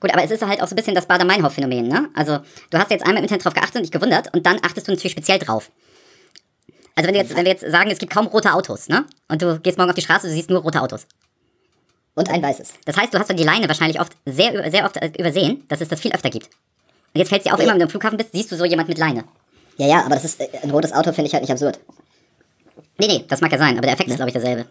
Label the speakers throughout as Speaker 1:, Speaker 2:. Speaker 1: Gut, aber es ist halt auch so ein bisschen das Bader-Meinhof-Phänomen, ne? Also, du hast jetzt einmal im Internet drauf geachtet und dich gewundert und dann achtest du natürlich speziell drauf. Also, wenn, du jetzt, wenn wir jetzt sagen, es gibt kaum rote Autos, ne? Und du gehst morgen auf die Straße und du siehst nur rote Autos.
Speaker 2: Und ein weißes.
Speaker 1: Das heißt, du hast dann die Leine wahrscheinlich oft sehr, über- sehr oft äh, übersehen, dass es das viel öfter gibt. Und jetzt fällt es dir auf, immer wenn du im Flughafen bist, siehst du so jemand mit Leine.
Speaker 2: Ja, ja, aber das ist, äh, ein rotes Auto finde ich halt nicht absurd.
Speaker 1: Nee, nee, das mag ja sein, aber der Effekt ist, glaube ich, derselbe.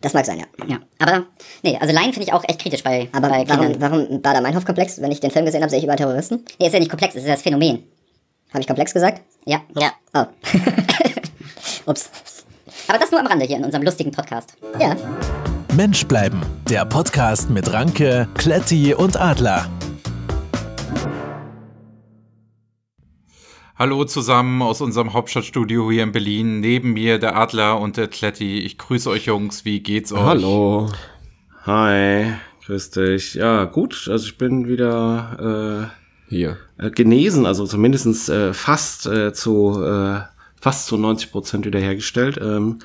Speaker 2: Das mag sein, ja.
Speaker 1: Ja, aber, nee, also Leinen finde ich auch echt kritisch bei,
Speaker 2: Aber
Speaker 1: bei
Speaker 2: warum,
Speaker 1: Kindern.
Speaker 2: warum Bader-Meinhof-Komplex? Wenn ich den Film gesehen habe, sehe ich überall Terroristen.
Speaker 1: Nee, ist ja nicht komplex, es ist das Phänomen.
Speaker 2: Habe ich komplex gesagt?
Speaker 1: Ja. Ja.
Speaker 2: Oh. Ups.
Speaker 1: Aber das nur am Rande hier in unserem lustigen Podcast.
Speaker 2: Ja.
Speaker 3: Mensch bleiben, der Podcast mit Ranke, Kletti und Adler.
Speaker 4: Hallo zusammen aus unserem Hauptstadtstudio hier in Berlin. Neben mir der Adler und der Kletti. Ich grüße euch Jungs. Wie geht's euch?
Speaker 5: Hallo. Hi. Grüß dich. Ja, gut. Also ich bin wieder
Speaker 6: Hier.
Speaker 5: äh, äh, genesen, also zumindestens äh, fast äh, zu äh, fast zu 90 Prozent wiederhergestellt. Ähm,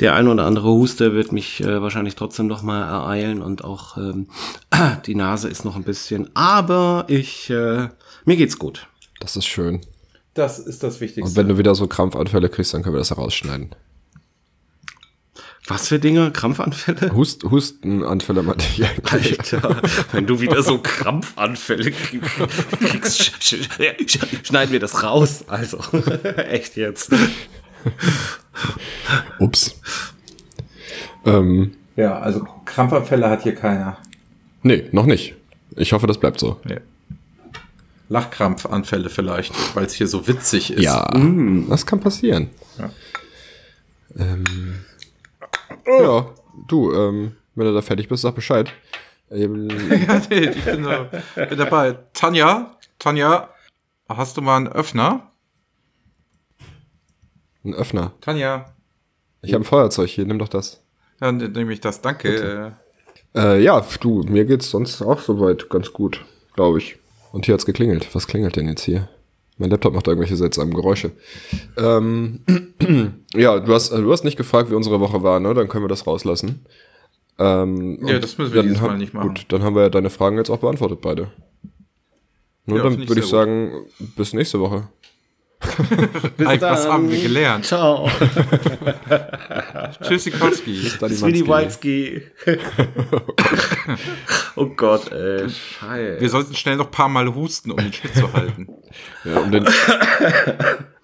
Speaker 5: der ein oder andere Huster wird mich äh, wahrscheinlich trotzdem noch mal ereilen und auch ähm, die Nase ist noch ein bisschen. Aber ich äh, mir geht's gut.
Speaker 6: Das ist schön.
Speaker 4: Das ist das
Speaker 6: Und
Speaker 4: Wichtigste.
Speaker 6: wenn du wieder so Krampfanfälle kriegst, dann können wir das herausschneiden.
Speaker 5: Was für Dinge? Krampfanfälle?
Speaker 6: Hust, Hustenanfälle meinte ich eigentlich.
Speaker 5: Alter, wenn du wieder so Krampfanfälle kriegst, sch- sch- sch- schneiden wir das raus. Also, echt jetzt.
Speaker 6: Ups. Ähm,
Speaker 4: Ja, also Krampfanfälle hat hier keiner.
Speaker 6: nee, noch nicht. Ich hoffe, das bleibt so.
Speaker 4: Lachkrampfanfälle vielleicht, weil es hier so witzig ist.
Speaker 6: Ja, das kann passieren.
Speaker 4: Ja.
Speaker 6: Ähm, ja, du, ähm, wenn du da fertig bist, sag Bescheid. Ähm,
Speaker 4: Ja, nee, ich bin, da, bin dabei. Tanja, Tanja, hast du mal einen Öffner?
Speaker 6: ein Öffner.
Speaker 4: Tanja,
Speaker 6: Ich habe ein Feuerzeug hier, nimm doch das.
Speaker 4: dann nehme ich das. Danke.
Speaker 6: Äh, ja, du, mir geht's sonst auch soweit ganz gut, glaube ich. Und hier hat's geklingelt. Was klingelt denn jetzt hier? Mein Laptop macht irgendwelche seltsamen Geräusche. Ähm, ja, du hast, äh, du hast nicht gefragt, wie unsere Woche war, ne? Dann können wir das rauslassen. Ähm,
Speaker 4: Äh, Ja,
Speaker 6: und
Speaker 4: das müssen wir
Speaker 6: dann
Speaker 4: dieses
Speaker 6: hab-
Speaker 4: Mal nicht machen.
Speaker 6: Gut, dann haben wir ja deine Fragen jetzt auch beantwortet, beide. Nur
Speaker 4: Ja,
Speaker 6: dann
Speaker 4: finde ich
Speaker 6: würde ich
Speaker 4: sehr gut.
Speaker 6: sagen, bis nächste Woche.
Speaker 4: Äh, Ike, was haben wir gelernt?
Speaker 5: Ciao.
Speaker 4: Tschüss, Sikorski.
Speaker 6: Da die
Speaker 5: Sweeney
Speaker 6: Mannschaft-
Speaker 5: Walski. oh Gott, ey. Scheiße.
Speaker 4: Wir sollten schnell noch ein paar Mal husten, um den Schnitt zu halten.
Speaker 6: ja, um, den,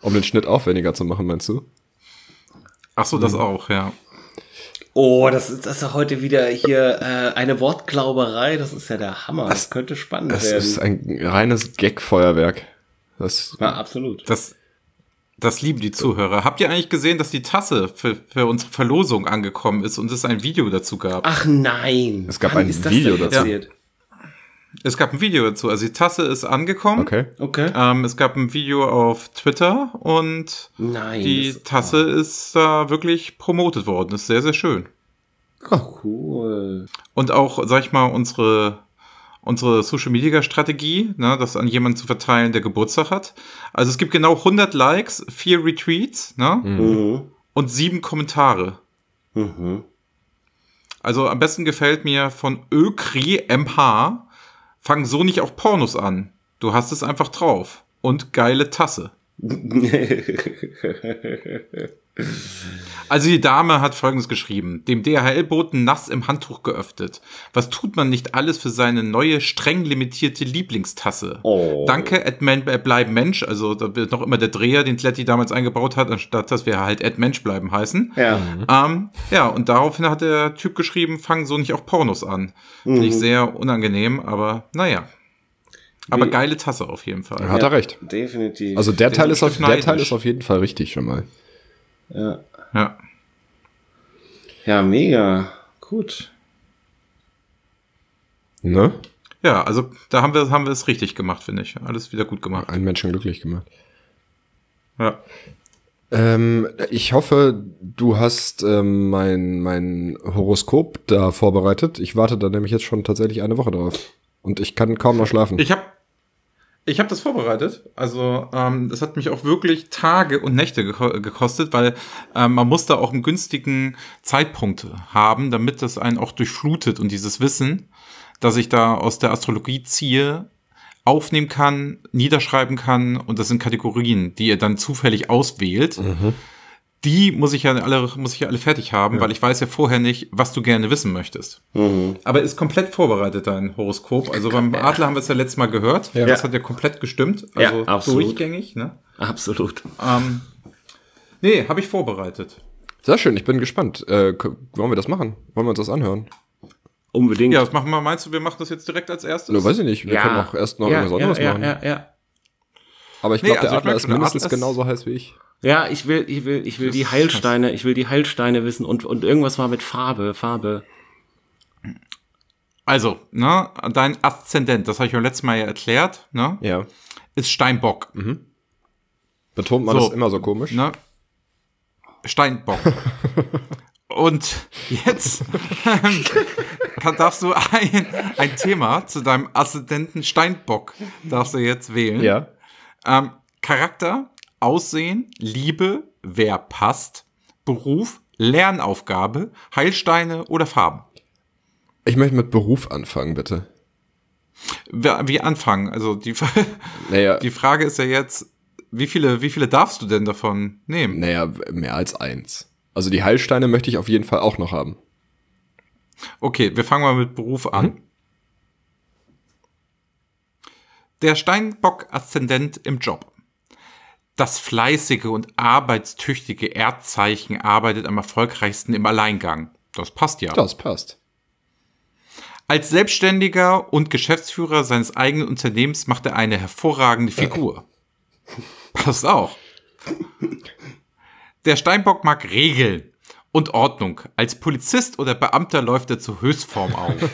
Speaker 6: um den Schnitt aufwendiger zu machen, meinst du?
Speaker 4: Ach so, das auch, ja.
Speaker 5: Oh, das ist, das ist ja heute wieder hier äh, eine Wortglauberei. Das ist ja der Hammer. Das, könnte spannend
Speaker 6: Das
Speaker 5: werden.
Speaker 6: ist ein reines Gag-Feuerwerk. Das
Speaker 5: ja, absolut.
Speaker 4: Das, das lieben die Zuhörer. Habt ihr eigentlich gesehen, dass die Tasse für, für unsere Verlosung angekommen ist und es ein Video dazu gab?
Speaker 5: Ach nein.
Speaker 6: Es gab
Speaker 5: Wann
Speaker 6: ein
Speaker 5: ist das
Speaker 6: Video
Speaker 5: denn
Speaker 6: dazu.
Speaker 5: passiert?
Speaker 4: Es gab ein Video dazu. Also die Tasse ist angekommen.
Speaker 6: Okay.
Speaker 5: Okay.
Speaker 4: Ähm, es gab ein Video auf Twitter und
Speaker 5: Nein.
Speaker 4: die
Speaker 5: das-
Speaker 4: Tasse ist da wirklich promotet worden. Ist sehr, sehr schön.
Speaker 5: Cool.
Speaker 4: Und auch, sag ich mal, unsere, unsere Social Media Strategie, ne, das an jemanden zu verteilen, der Geburtstag hat. Also es gibt genau 100 Likes, 4 Retweets ne,
Speaker 5: Mhm.
Speaker 4: und 7 Kommentare.
Speaker 5: Mhm.
Speaker 4: Also am besten gefällt mir von Ökri MH, fang so nicht auch Pornos an. Du hast es einfach drauf. Und geile Tasse. Also die Dame hat folgendes geschrieben. Dem DHL-Boten nass im Handtuch geöffnet. Was tut man nicht alles für seine neue, streng limitierte Lieblingstasse?
Speaker 5: Oh.
Speaker 4: Danke, at Men äh, bleib Mensch. Also da wird noch immer der Dreher, den Tletti damals eingebaut hat, anstatt dass wir halt at Mensch bleiben heißen.
Speaker 5: Ja.
Speaker 6: Mhm.
Speaker 4: Ähm, ja, und daraufhin hat der Typ geschrieben, fangen so nicht auch Pornos an. Finde
Speaker 5: Mhm.
Speaker 4: ich sehr unangenehm, aber naja. Aber
Speaker 5: Wie-
Speaker 4: geile Tasse auf jeden Fall.
Speaker 6: Hat er recht.
Speaker 5: Definitiv.
Speaker 6: Also der
Speaker 4: Den
Speaker 6: Teil,
Speaker 4: sind
Speaker 6: ist auf,
Speaker 4: wir
Speaker 6: der Teil
Speaker 4: neidisch.
Speaker 6: ist auf jeden Fall richtig schon mal.
Speaker 5: ja.
Speaker 4: Ja.
Speaker 5: ja, mega. Gut.
Speaker 6: Ne?
Speaker 4: ja, also da haben wir, haben wir es richtig gemacht, finde ich. Alles wieder gut gemacht.
Speaker 6: Einen Menschen glücklich gemacht.
Speaker 4: Ja.
Speaker 6: Ähm, ich hoffe, du hast ähm, mein, mein Horoskop da vorbereitet. Ich warte da nämlich jetzt schon tatsächlich eine Woche drauf. Und ich kann kaum noch schlafen.
Speaker 4: Ich habe ich hab das vorbereitet. Also, ähm, das hat mich auch wirklich Tage und Nächte geko gekostet, weil ähm, man muss da auch einen günstigen Zeitpunkt haben, damit das einen auch durchflutet und dieses Wissen, dass ich da aus der Astrologie ziehe, aufnehmen kann, niederschreiben kann und das sind Kategorien, die ihr dann zufällig auswählt. Die muss ich ja alle, muss ich ja alle fertig haben, weil ich weiß Mhm. ja Mhm. vorher nicht, was du gerne wissen möchtest. Aber ist komplett vorbereitet, dein Horoskop. Also beim Adler haben wir es ja letztes Mal gehört. Ja. Das hat ja komplett gestimmt.
Speaker 5: Ja,
Speaker 4: Also
Speaker 5: absolut.
Speaker 4: durchgängig, ne?
Speaker 5: Absolut.
Speaker 4: Ähm, nee, habe ich vorbereitet.
Speaker 6: Sehr schön, ich bin gespannt. Äh, k- wollen wir das machen? Wollen wir uns das anhören?
Speaker 5: Unbedingt.
Speaker 4: Ja, das machen wir. Meinst du, wir machen das jetzt direkt als erstes?
Speaker 6: Nur weiß ich nicht, wir
Speaker 5: Ja.
Speaker 6: können auch erst noch
Speaker 5: ja,
Speaker 6: irgendwas anderes
Speaker 5: ja,
Speaker 6: machen.
Speaker 5: Ja, ja, ja.
Speaker 6: Aber ich
Speaker 4: Nee,
Speaker 6: glaube, der
Speaker 4: also ich
Speaker 6: Adler
Speaker 4: merk
Speaker 6: ist
Speaker 4: schon, der
Speaker 6: mindestens
Speaker 4: Adler ist-
Speaker 6: genauso heiß wie ich.
Speaker 5: Ja, ich will, ich will, ich will die
Speaker 4: ist
Speaker 5: Heilsteine, ich will die Heilsteine wissen und, und irgendwas war mit Farbe, Farbe.
Speaker 4: Also, ne, dein Aszendent, das habe ich beim letzten Mal ja erklärt, ne,
Speaker 6: Ja.
Speaker 4: ist Steinbock.
Speaker 6: Betont man
Speaker 4: So.
Speaker 6: das immer so komisch?
Speaker 4: Ne? Steinbock. Und jetzt kann, darfst du ein, ein Thema zu deinem Aszendenten Steinbock darfst du jetzt wählen.
Speaker 6: Ja.
Speaker 4: Ähm, Charakter, Aussehen, Liebe, wer passt, Beruf, Lernaufgabe, Heilsteine oder Farben.
Speaker 6: Ich möchte mit Beruf anfangen, bitte.
Speaker 4: Wer- Wie anfangen? Also die,
Speaker 6: Naja,
Speaker 4: die Frage ist ja jetzt, wie viele, wie viele darfst du denn davon nehmen?
Speaker 6: naja, mehr als eins. Also die Heilsteine möchte ich auf jeden Fall auch noch haben.
Speaker 4: Okay, wir fangen mal mit Beruf an. Der Steinbock-Aszendent im Job. Das fleißige und arbeitstüchtige Erdzeichen arbeitet am erfolgreichsten im Alleingang. Das passt ja.
Speaker 6: Das passt.
Speaker 4: Als Selbstständiger und Geschäftsführer seines eigenen Unternehmens macht er eine hervorragende Figur. Passt auch. Der Steinbock mag Regeln und Ordnung. Als Polizist oder Beamter läuft er zur Höchstform auf.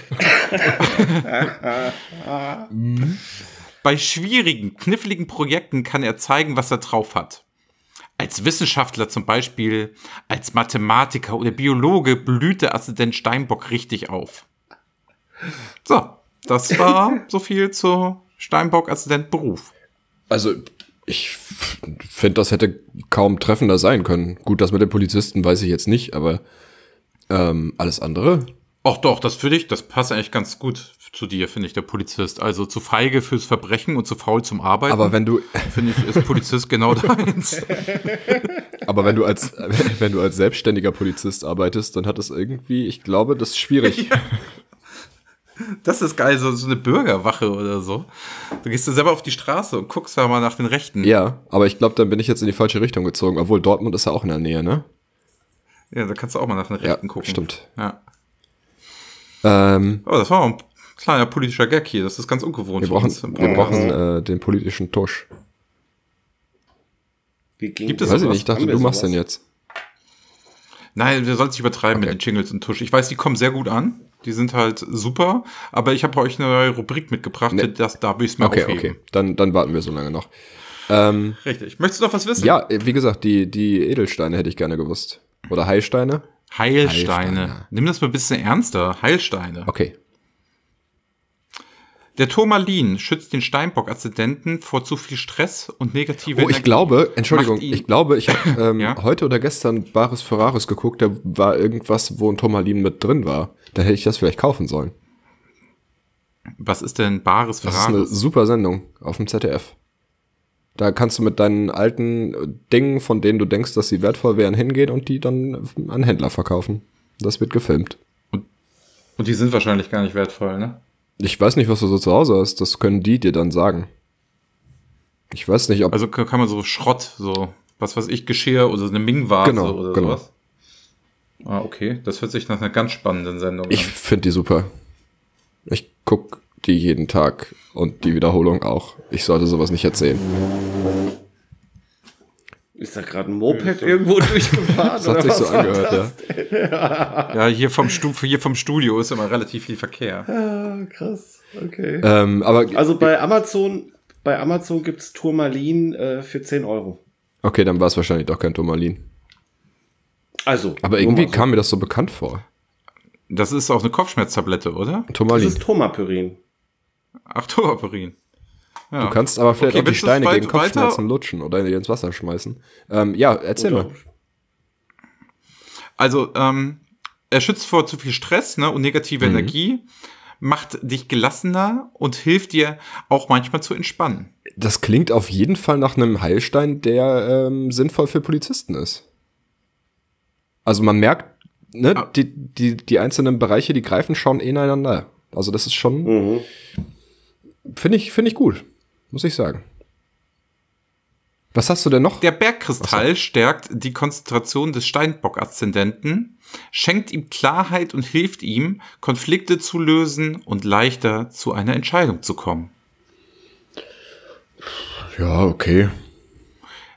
Speaker 4: Bei schwierigen, kniffligen Projekten kann er zeigen, was er drauf hat. Als Wissenschaftler zum Beispiel, als Mathematiker oder Biologe blüht der Assistent Steinbock richtig auf. So, das war so viel zu Steinbock Assistent Beruf.
Speaker 6: Also, ich finde, das hätte kaum treffender sein können. Gut, das mit den Polizisten weiß ich jetzt nicht, aber ähm, alles andere?
Speaker 4: Ach doch, das für dich, das passt eigentlich ganz gut zu dir, finde ich, der Polizist. Also zu feige fürs Verbrechen und zu faul zum Arbeiten.
Speaker 6: Aber wenn du,
Speaker 4: finde ich, ist Polizist genau deins.
Speaker 6: aber wenn du als, wenn du als selbstständiger Polizist arbeitest, dann hat das irgendwie, ich glaube, das ist schwierig.
Speaker 4: Das ist geil, so, so eine Bürgerwache oder so. Du gehst du selber auf die Straße und guckst da mal nach den Rechten.
Speaker 6: Ja, aber ich glaube, dann bin ich jetzt in die falsche Richtung gezogen, obwohl Dortmund ist ja auch in der Nähe, ne?
Speaker 4: ja da kannst du auch mal nach den
Speaker 6: Ja,
Speaker 4: Rechten gucken.
Speaker 6: stimmt.
Speaker 4: Ja.
Speaker 6: Ähm,
Speaker 4: Aber das war auch ein kleiner politischer Gag hier. Das ist ganz ungewohnt.
Speaker 6: wir
Speaker 4: für
Speaker 6: brauchen,
Speaker 4: uns im
Speaker 6: wir
Speaker 4: Podcast.
Speaker 6: brauchen äh, den politischen Tusch.
Speaker 7: Wie ging
Speaker 4: Gibt
Speaker 7: das?
Speaker 4: es
Speaker 6: Weiß ich
Speaker 4: sowas?
Speaker 6: nicht, ich dachte,
Speaker 7: Haben wir
Speaker 6: du machst
Speaker 7: sowas?
Speaker 6: den jetzt.
Speaker 4: Nein, wir sollen es nicht übertreiben mit den Jingles und Tusch. Ich weiß, die kommen sehr gut an. Die sind halt super. Aber ich habe euch eine neue Rubrik mitgebracht.
Speaker 6: Ne.
Speaker 4: Das, da will ich es mal
Speaker 6: Okay,
Speaker 4: aufheben.
Speaker 6: okay, dann, dann warten wir so lange noch.
Speaker 4: Richtig. Möchtest du noch was wissen?
Speaker 6: Ja, äh, wie gesagt, die, die Edelsteine hätte ich gerne gewusst. Oder Heilsteine?
Speaker 4: Heilsteine.
Speaker 6: Heilsteine.
Speaker 4: Nimm das mal ein bisschen ernster. Heilsteine.
Speaker 6: Okay.
Speaker 4: Der Turmalin schützt den Steinbock-Aszendenten vor zu viel Stress und negative
Speaker 6: Oh, ich
Speaker 4: Energie.
Speaker 6: glaube, Entschuldigung,
Speaker 4: Macht ihn-
Speaker 6: ich glaube, ich habe ähm,
Speaker 4: Ja?
Speaker 6: heute oder gestern Bares Ferraris geguckt, da war irgendwas, wo ein Turmalin mit drin war. Da hätte ich das vielleicht kaufen sollen.
Speaker 4: Was ist denn bares
Speaker 6: Das ist eine
Speaker 4: Ferraris?
Speaker 6: super Sendung auf dem ZDF. Da kannst du mit deinen alten äh, Dingen, von denen du denkst, dass sie wertvoll wären, hingehen und die dann an Händler verkaufen. Das wird gefilmt.
Speaker 4: Und die sind wahrscheinlich gar nicht wertvoll, ne?
Speaker 6: Ich weiß nicht, was du so zu Hause hast, das können die dir dann sagen. Ich weiß nicht, ob
Speaker 4: Also k- kann man so Schrott, so was weiß ich, Geschirr oder so eine Ming-Vase
Speaker 6: Genau,
Speaker 4: oder
Speaker 6: genau.
Speaker 4: sowas. Ah, okay. Das hört sich nach einer ganz spannenden Sendung
Speaker 6: Ich
Speaker 4: an.
Speaker 6: finde die super. Ich guck die jeden Tag und die Wiederholung auch. Ich sollte sowas nicht erzählen.
Speaker 5: Ist da gerade ein Moped irgendwo durchgefahren?
Speaker 6: Das hat sich so angehört, ja.
Speaker 4: Ja, hier vom, Stu hier vom Studio ist immer relativ viel Verkehr.
Speaker 7: Ah, krass. Okay.
Speaker 6: Ähm, aber
Speaker 7: Also bei Amazon, bei Amazon gibt's Turmalin äh, für 10 Euro.
Speaker 6: okay, dann war es wahrscheinlich doch kein Turmalin.
Speaker 7: Also.
Speaker 6: Aber irgendwie kam mir das so bekannt vor.
Speaker 4: Das ist auch eine Kopfschmerztablette, oder?
Speaker 7: Das
Speaker 6: Turmalin.
Speaker 7: ist Turmapyrin.
Speaker 4: Ach, Toraperin. Ja.
Speaker 6: Du kannst aber vielleicht
Speaker 4: Okay,
Speaker 6: auch die
Speaker 4: willst du
Speaker 6: Steine
Speaker 4: weit-
Speaker 6: gegen Kopfschmerzen
Speaker 4: weiter?
Speaker 6: lutschen oder ins Wasser schmeißen. Ähm, ja, erzähl mal. Mhm.
Speaker 4: Also, ähm, er schützt vor zu viel Stress ne, und negative Energie. macht dich gelassener und hilft dir auch manchmal zu entspannen.
Speaker 6: Das klingt auf jeden Fall nach einem Heilstein, der ähm, sinnvoll für Polizisten ist. Also man merkt, ne,
Speaker 4: Ah.
Speaker 6: die, die, die einzelnen Bereiche, die greifen, schauen eh ineinander. Also das ist schon,
Speaker 4: Hm.
Speaker 7: Mhm.
Speaker 6: finde ich, finde ich gut, muss ich sagen. Was hast du denn noch?
Speaker 4: Der Bergkristall stärkt die Konzentration des Steinbock-Aszendenten, schenkt ihm Klarheit und hilft ihm, Konflikte zu lösen und leichter zu einer Entscheidung zu kommen.
Speaker 6: Ja, okay.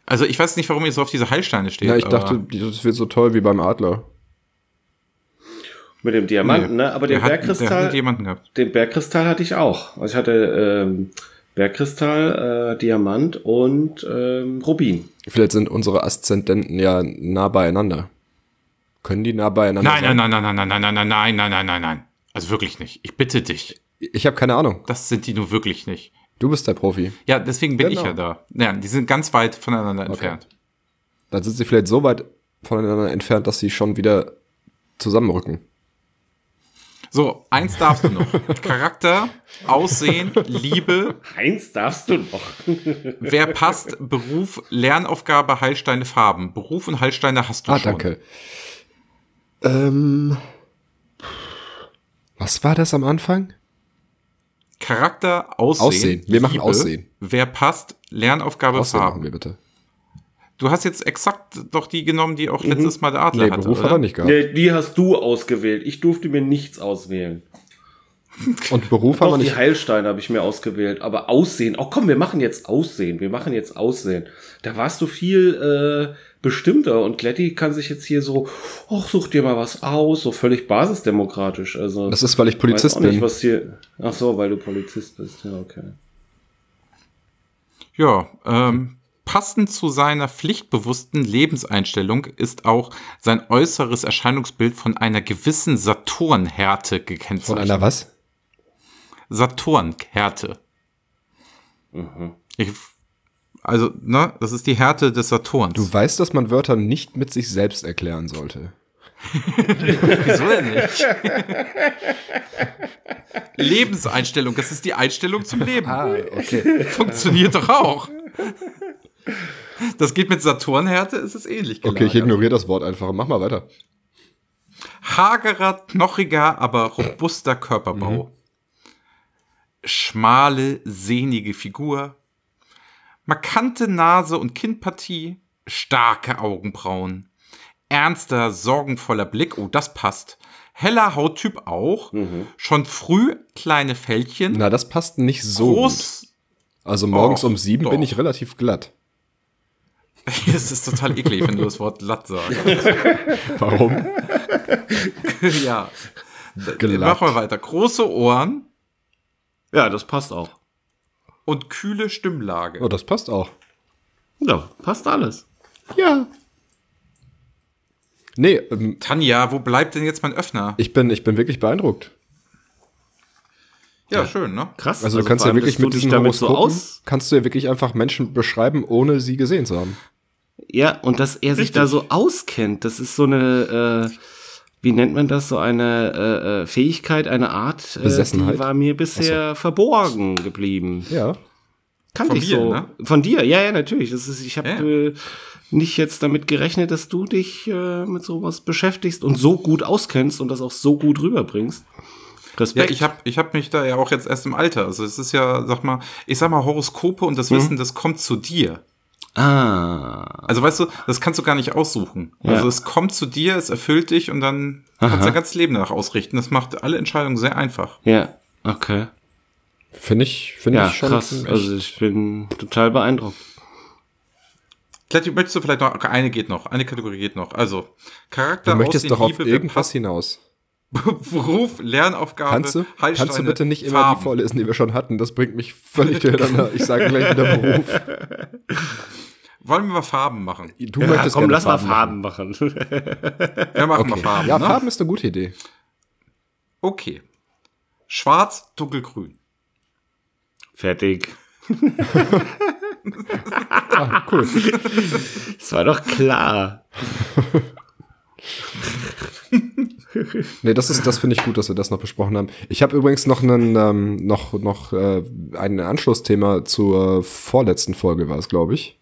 Speaker 4: Also ich weiß nicht, warum ihr so auf diese Heilsteine steht.
Speaker 6: Ja, ich
Speaker 4: aber-
Speaker 6: dachte, das wird so toll wie beim Adler.
Speaker 7: Mit dem Diamanten, ne? Aber den
Speaker 4: der hat, Der
Speaker 7: Bergkristall,
Speaker 4: hat jemanden gehabt.
Speaker 7: den Bergkristall hatte ich auch. Also ich hatte ähm, Bergkristall, äh, Diamant und ähm, Rubin.
Speaker 6: Vielleicht sind unsere Aszendenten ja nah beieinander. Können die nah beieinander
Speaker 4: Nein,
Speaker 6: sein?
Speaker 4: nein, nein, nein, nein, nein, nein, nein, nein, nein, nein, nein, nein, nein. Also wirklich nicht. Ich bitte dich.
Speaker 6: Ich habe keine Ahnung.
Speaker 4: Das sind die nur wirklich nicht.
Speaker 6: Du bist der Profi.
Speaker 4: Ja, deswegen bin
Speaker 6: Genau.
Speaker 4: ich ja da. Ja, die sind ganz weit voneinander entfernt.
Speaker 6: Dann sind sie vielleicht so weit voneinander entfernt, dass sie schon wieder zusammenrücken.
Speaker 4: So, eins darfst du noch. Charakter, Aussehen, Liebe,
Speaker 7: Eins darfst du noch.
Speaker 4: Wer passt? Beruf, Lernaufgabe, Heilsteine, Farben. Beruf und Heilsteine hast du
Speaker 6: Ah,
Speaker 4: schon.
Speaker 6: danke. Ähm. Was war das am Anfang?
Speaker 4: Charakter, Aussehen.
Speaker 6: Aussehen. Wir machen Aussehen.
Speaker 4: Wer passt? Lernaufgabe,
Speaker 6: Aussehen machen
Speaker 4: Farben.
Speaker 6: wir bitte.
Speaker 4: Du hast jetzt exakt doch die genommen, die auch letztes Mal der Adler
Speaker 6: Mhm. Nee,
Speaker 4: hatte,
Speaker 6: Beruf
Speaker 4: oder?
Speaker 6: hat er nicht gehabt.
Speaker 7: Nee, die hast du ausgewählt. Ich durfte mir nichts auswählen.
Speaker 6: Und Beruf haben wir
Speaker 7: Doch, die
Speaker 6: nicht.
Speaker 7: Heilsteine habe ich mir ausgewählt. Aber Aussehen. Oh komm, wir machen jetzt Aussehen. Wir machen jetzt Aussehen. Da warst du viel äh, bestimmter. Und Kletti kann sich jetzt hier so, ach, such dir mal was aus. So völlig basisdemokratisch. Also,
Speaker 6: Das ist, weil ich
Speaker 7: weiß
Speaker 6: Polizist
Speaker 7: auch nicht,
Speaker 6: bin.
Speaker 7: was hier. Ach so, weil du Polizist bist. Ja, okay.
Speaker 4: Ja, ähm, passend zu seiner pflichtbewussten Lebenseinstellung ist auch sein äußeres Erscheinungsbild von einer gewissen Saturnhärte
Speaker 6: Von
Speaker 4: gekennzeichnet.
Speaker 6: einer was?
Speaker 4: Saturnhärte.
Speaker 6: Mhm.
Speaker 4: Ich, also, ne, das ist die Härte des Saturns.
Speaker 6: Du weißt, dass man Wörter nicht mit sich selbst erklären sollte.
Speaker 4: Wieso denn nicht? Lebenseinstellung, das ist die Einstellung zum Leben.
Speaker 6: Ah. okay.
Speaker 4: Funktioniert doch auch. Das geht mit Saturnhärte, ist es ähnlich.
Speaker 6: Okay, ich
Speaker 4: gelagert.
Speaker 6: ignoriere das Wort einfach. Mach mal weiter.
Speaker 4: Hagerer, knochiger, aber robuster Körperbau.
Speaker 6: Mhm.
Speaker 4: Schmale, sehnige Figur. Markante Nase und Kinnpartie. Starke Augenbrauen. Ernster, sorgenvoller Blick. Oh, das passt. Heller Hauttyp auch. Schon früh kleine Fältchen.
Speaker 6: Mhm. Na, das passt nicht so gut.
Speaker 4: groß.
Speaker 6: Also morgens
Speaker 4: Och,
Speaker 6: um sieben bin
Speaker 4: Oh, doch.
Speaker 6: ich relativ glatt.
Speaker 4: Es ist total eklig, wenn du das Wort glatt sagst.
Speaker 6: Warum?
Speaker 4: ja. Mach mal weiter. Große Ohren
Speaker 5: Ja, das passt auch.
Speaker 4: und kühle Stimmlage.
Speaker 6: Oh, das passt auch.
Speaker 5: Ja, passt alles.
Speaker 6: Ja. Nee, ähm,
Speaker 4: Tanja, wo bleibt denn jetzt mein Öffner?
Speaker 6: ich bin, ich bin wirklich beeindruckt.
Speaker 4: Ja, schön, ne?
Speaker 5: Krass.
Speaker 6: Also, du kannst
Speaker 5: vor
Speaker 6: ja
Speaker 5: allem,
Speaker 6: wirklich
Speaker 5: dass du
Speaker 6: mit
Speaker 5: dich
Speaker 6: diesen
Speaker 5: damit so
Speaker 6: Horoskopen,
Speaker 5: aus.
Speaker 6: kannst du ja wirklich einfach Menschen beschreiben, ohne sie gesehen zu haben.
Speaker 5: Ja, und dass er sich da so auskennt. Das ist so eine, äh, wie nennt man das? So eine äh, äh, Fähigkeit, eine Art, äh,
Speaker 6: Besessenheit?
Speaker 5: die war mir bisher verborgen geblieben.
Speaker 6: Ja.
Speaker 5: Kannte
Speaker 4: Von
Speaker 5: ich
Speaker 4: mir,
Speaker 5: so.
Speaker 4: ne?
Speaker 5: Von dir, ja, ja, natürlich. Das ist, ich habe
Speaker 4: Ja.
Speaker 5: äh, nicht jetzt damit gerechnet, dass du dich äh, mit sowas beschäftigst und so gut auskennst und das auch so gut rüberbringst.
Speaker 4: Ja,
Speaker 5: Respekt.
Speaker 4: ich habe ich hab mich da ja auch jetzt erst im Alter. Also es ist ja, sag mal, ich sag mal, Horoskope und
Speaker 6: Mhm.
Speaker 4: das Wissen, das kommt zu dir.
Speaker 5: ah,
Speaker 4: Also weißt du, das kannst du gar nicht aussuchen. Also es kommt zu dir, es erfüllt dich und dann kannst du dein ganzes Leben danach ausrichten. Das macht alle Entscheidungen sehr einfach.
Speaker 5: ja, okay.
Speaker 6: Finde ich, finde
Speaker 5: Ja,
Speaker 6: ich schon.
Speaker 5: krass. Also ich bin total beeindruckt.
Speaker 4: Kletti, möchtest du vielleicht noch, okay, eine geht noch, eine Kategorie geht noch. Also, Charakter,
Speaker 6: du möchtest
Speaker 4: Aussehen,
Speaker 6: doch auf
Speaker 4: Liebe,
Speaker 6: irgendwas
Speaker 4: irgendwas
Speaker 6: hinaus.
Speaker 4: Beruf, Lernaufgabe,
Speaker 6: Kannst du, kannst du bitte nicht immer
Speaker 4: Farben.
Speaker 6: die vorlesen, die wir schon hatten? Das bringt mich völlig durcheinander. Ich sage gleich wieder Beruf.
Speaker 4: Wollen wir mal Farben machen?
Speaker 6: Du
Speaker 5: Ja,
Speaker 6: möchtest
Speaker 5: komm,
Speaker 6: gerne
Speaker 5: lass mal
Speaker 6: machen.
Speaker 5: Farben machen.
Speaker 4: Wir machen mal Farben.
Speaker 6: Ja,
Speaker 4: ne?
Speaker 6: Farben ist eine gute Idee.
Speaker 4: Okay. Schwarz, dunkelgrün.
Speaker 5: Fertig.
Speaker 6: Ah, cool.
Speaker 5: Das war doch klar.
Speaker 6: Nee, das ist, das finde ich gut, dass wir das noch besprochen haben. Ich habe übrigens noch einen, ähm, noch, noch äh, ein Anschlussthema zur vorletzten Folge war es, glaube ich.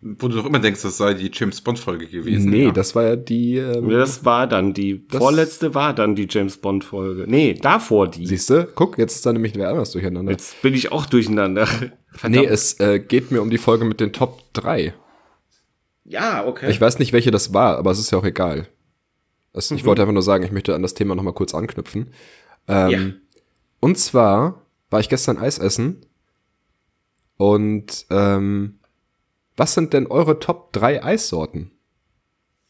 Speaker 4: Wo du doch immer denkst, das sei die James Bond-Folge gewesen.
Speaker 6: Nee,
Speaker 4: ja.
Speaker 6: das war ja die. Ähm,
Speaker 8: Das war dann die vorletzte war dann die James Bond Folge. Nee, davor die.
Speaker 6: Siehst du? Guck, jetzt ist da nämlich wieder anders durcheinander.
Speaker 8: Jetzt bin ich auch durcheinander.
Speaker 6: nee, es äh, geht mir um die Folge mit den Top 3.
Speaker 5: Ja, okay.
Speaker 6: Ich weiß nicht, welche das war, aber es ist ja auch egal. Es, ich wollte einfach nur sagen, ich möchte an das Thema nochmal kurz anknüpfen. Ähm,
Speaker 5: Ja.
Speaker 6: Und zwar war ich gestern Eis essen und ähm, was sind denn eure Top 3 Eissorten?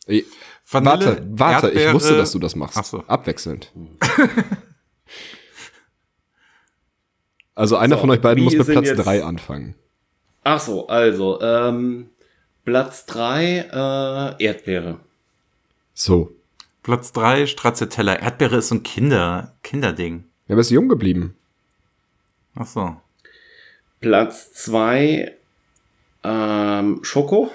Speaker 6: Ich, warte, warte, ich wusste, dass du das machst.
Speaker 4: Ach so.
Speaker 6: Abwechselnd. also einer
Speaker 5: So,
Speaker 6: von euch beiden
Speaker 5: wie
Speaker 6: muss mit
Speaker 5: sind
Speaker 6: Platz
Speaker 5: jetzt-
Speaker 6: 3 anfangen.
Speaker 5: Ach so, also, ähm, Platz drei äh, Erdbeere.
Speaker 6: So.
Speaker 4: Platz drei Stracciatella. Erdbeere ist so ein Kinder, Kinderding.
Speaker 6: Ja, aber ist jung geblieben.
Speaker 4: Ach so.
Speaker 5: Platz zwei ähm, Schoko.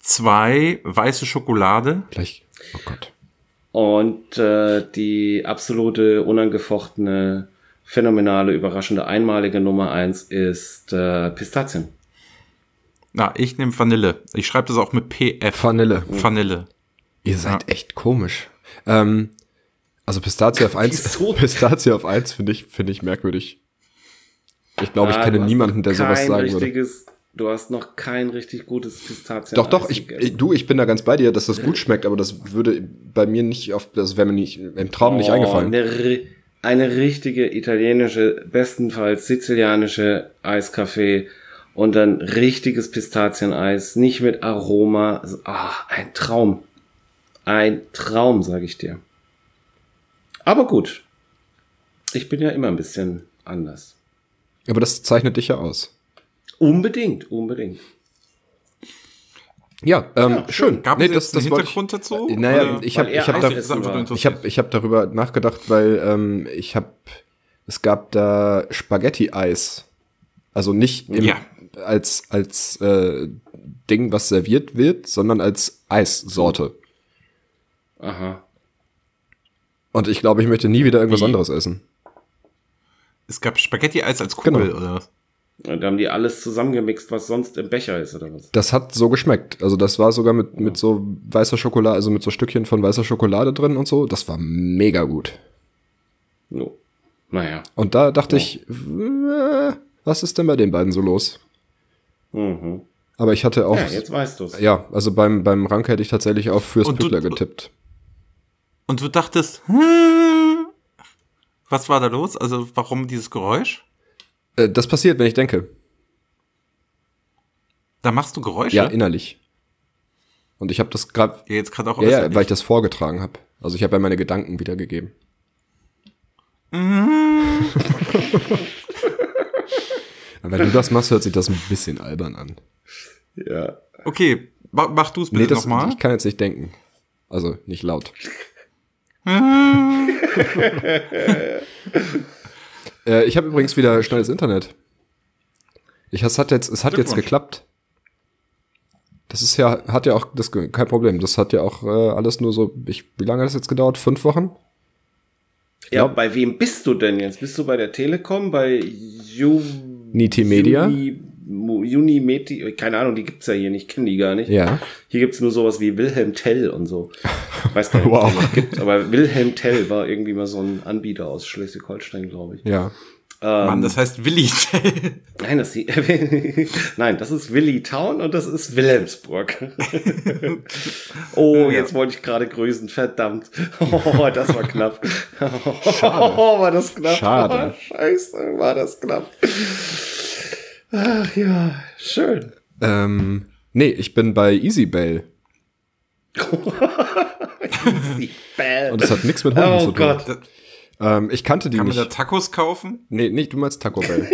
Speaker 4: Zwei weiße Schokolade.
Speaker 6: Gleich. Oh Gott.
Speaker 5: Und äh, die absolute, unangefochtene, phänomenale, überraschende, einmalige Nummer eins ist äh, Pistazien.
Speaker 4: Na, ich nehme Vanille. Ich schreibe das auch mit PF.
Speaker 6: Vanille.
Speaker 4: Vanille.
Speaker 6: Ihr seid echt komisch. Ähm, also Pistazie auf 1,
Speaker 5: Wieso?
Speaker 6: Pistazie auf 1 finde ich, finde ich merkwürdig. Ich glaube, ich
Speaker 5: Ah, du
Speaker 6: kenne
Speaker 5: hast
Speaker 6: niemanden,
Speaker 5: noch
Speaker 6: der sowas
Speaker 5: kein
Speaker 6: sagen würde.
Speaker 5: richtiges, Du hast noch kein richtig gutes Pistazien.
Speaker 6: Doch, doch, ich, ich, du, ich bin da ganz bei dir, dass das gut schmeckt, aber das würde bei mir nicht auf, das wäre mir nicht, im Traum
Speaker 5: Oh,
Speaker 6: nicht eingefallen.
Speaker 5: Eine, ri- eine richtige italienische, bestenfalls sizilianische Eiskaffee und dann richtiges Pistazieneis, nicht mit Aroma. Also, Ah, ein Traum. Ein Traum, sage ich dir. Aber gut. Ich bin ja immer ein bisschen anders.
Speaker 6: Aber das zeichnet dich ja aus.
Speaker 5: Unbedingt, unbedingt.
Speaker 6: Ja, ähm, schön.
Speaker 4: Gab es jetzt einen
Speaker 6: wollte ich- Äh,
Speaker 4: Hintergrund dazu?
Speaker 6: Naja,
Speaker 4: Oder-
Speaker 6: ich
Speaker 5: Weil
Speaker 6: habe
Speaker 5: er
Speaker 6: ich hab
Speaker 5: Eis
Speaker 6: da,
Speaker 4: Das ist einfach nur interessant.
Speaker 6: Ich habe ich hab darüber nachgedacht, weil ähm, ich habe, es gab da Spaghetti-Eis. Also nicht im,
Speaker 4: Ja.
Speaker 6: als, als äh, Ding, was serviert wird, sondern als Eissorte.
Speaker 5: Aha.
Speaker 6: Und ich glaube, ich möchte nie wieder irgendwas
Speaker 4: Wie?
Speaker 6: anderes essen.
Speaker 4: es gab Spaghetti-Eis als Kugel,
Speaker 6: Genau.
Speaker 4: oder was?
Speaker 5: Und da haben die alles zusammengemixt, was sonst im Becher ist, oder was?
Speaker 6: Das hat so geschmeckt. Also das war sogar mit, mit so weißer Schokolade, also mit so Stückchen von weißer Schokolade drin und so. Das war mega gut.
Speaker 5: No. Naja.
Speaker 6: Und da dachte ich, äh, was ist denn bei den beiden so los?
Speaker 5: Mhm.
Speaker 6: Aber ich hatte auch
Speaker 5: Ja, jetzt weißt du's.
Speaker 6: Ja, also beim, beim Rank hätte ich tatsächlich auch fürs
Speaker 4: Und du-
Speaker 6: Püttler getippt.
Speaker 4: Und du dachtest, hm, was war da los? Also warum dieses Geräusch?
Speaker 6: Äh, das passiert, wenn ich denke.
Speaker 4: Da machst du Geräusche?
Speaker 6: Ja, innerlich. Und ich habe das gerade,
Speaker 4: Ja, jetzt gerade auch.
Speaker 6: ja, ja,
Speaker 4: äußerlich.
Speaker 6: weil ich das vorgetragen habe. Also ich habe ja meine Gedanken wiedergegeben. Aber Wenn du das machst, hört sich das ein bisschen albern an.
Speaker 5: Ja.
Speaker 4: okay, ma mach du es
Speaker 6: Nee,
Speaker 4: bitte
Speaker 6: das,
Speaker 4: nochmal.
Speaker 6: ich kann jetzt nicht denken. Also nicht laut. äh, ich habe übrigens wieder schnelles Internet. Ich, es hat jetzt, es hat jetzt
Speaker 4: Glückwunsch.
Speaker 6: geklappt. Das ist ja, hat ja auch, das ge- kein Problem. Das hat ja auch äh, alles nur so, ich, wie lange hat das jetzt gedauert? Fünf Wochen?
Speaker 5: Ja,
Speaker 6: glaub-
Speaker 5: bei wem bist du denn jetzt? Bist du bei der Telekom, bei Ju
Speaker 6: Niti Media?
Speaker 5: Uni, Mu- Unimeti, keine Ahnung, die gibt's ja hier nicht, kenne die gar nicht.
Speaker 6: Ja.
Speaker 5: Hier gibt's nur sowas wie Wilhelm Tell und so. Weiß gar nicht,
Speaker 6: Wow.
Speaker 5: wow. es das gibt, aber Wilhelm Tell war irgendwie mal so ein Anbieter aus Schleswig-Holstein, glaube ich.
Speaker 6: Ja.
Speaker 4: Mann, das heißt Willi.
Speaker 5: Nein, das, nein, das ist Willi Town und das ist Wilhelmsburg. oh, jetzt wollte ich gerade grüßen, verdammt. Oh, das war knapp. Oh, war das knapp.
Speaker 6: Schade.
Speaker 5: Oh, scheiße, war das knapp. Ach ja, schön.
Speaker 6: Ähm, nee, ich bin bei EasyBell.
Speaker 5: Die Bell.
Speaker 6: Und es hat nichts mit Hunden
Speaker 5: oh
Speaker 6: zu tun.
Speaker 5: Gott.
Speaker 6: Ähm, ich kannte die
Speaker 4: Kann man da
Speaker 6: nicht.
Speaker 4: Tacos kaufen?
Speaker 6: Nee, nicht, du meinst Taco Bell.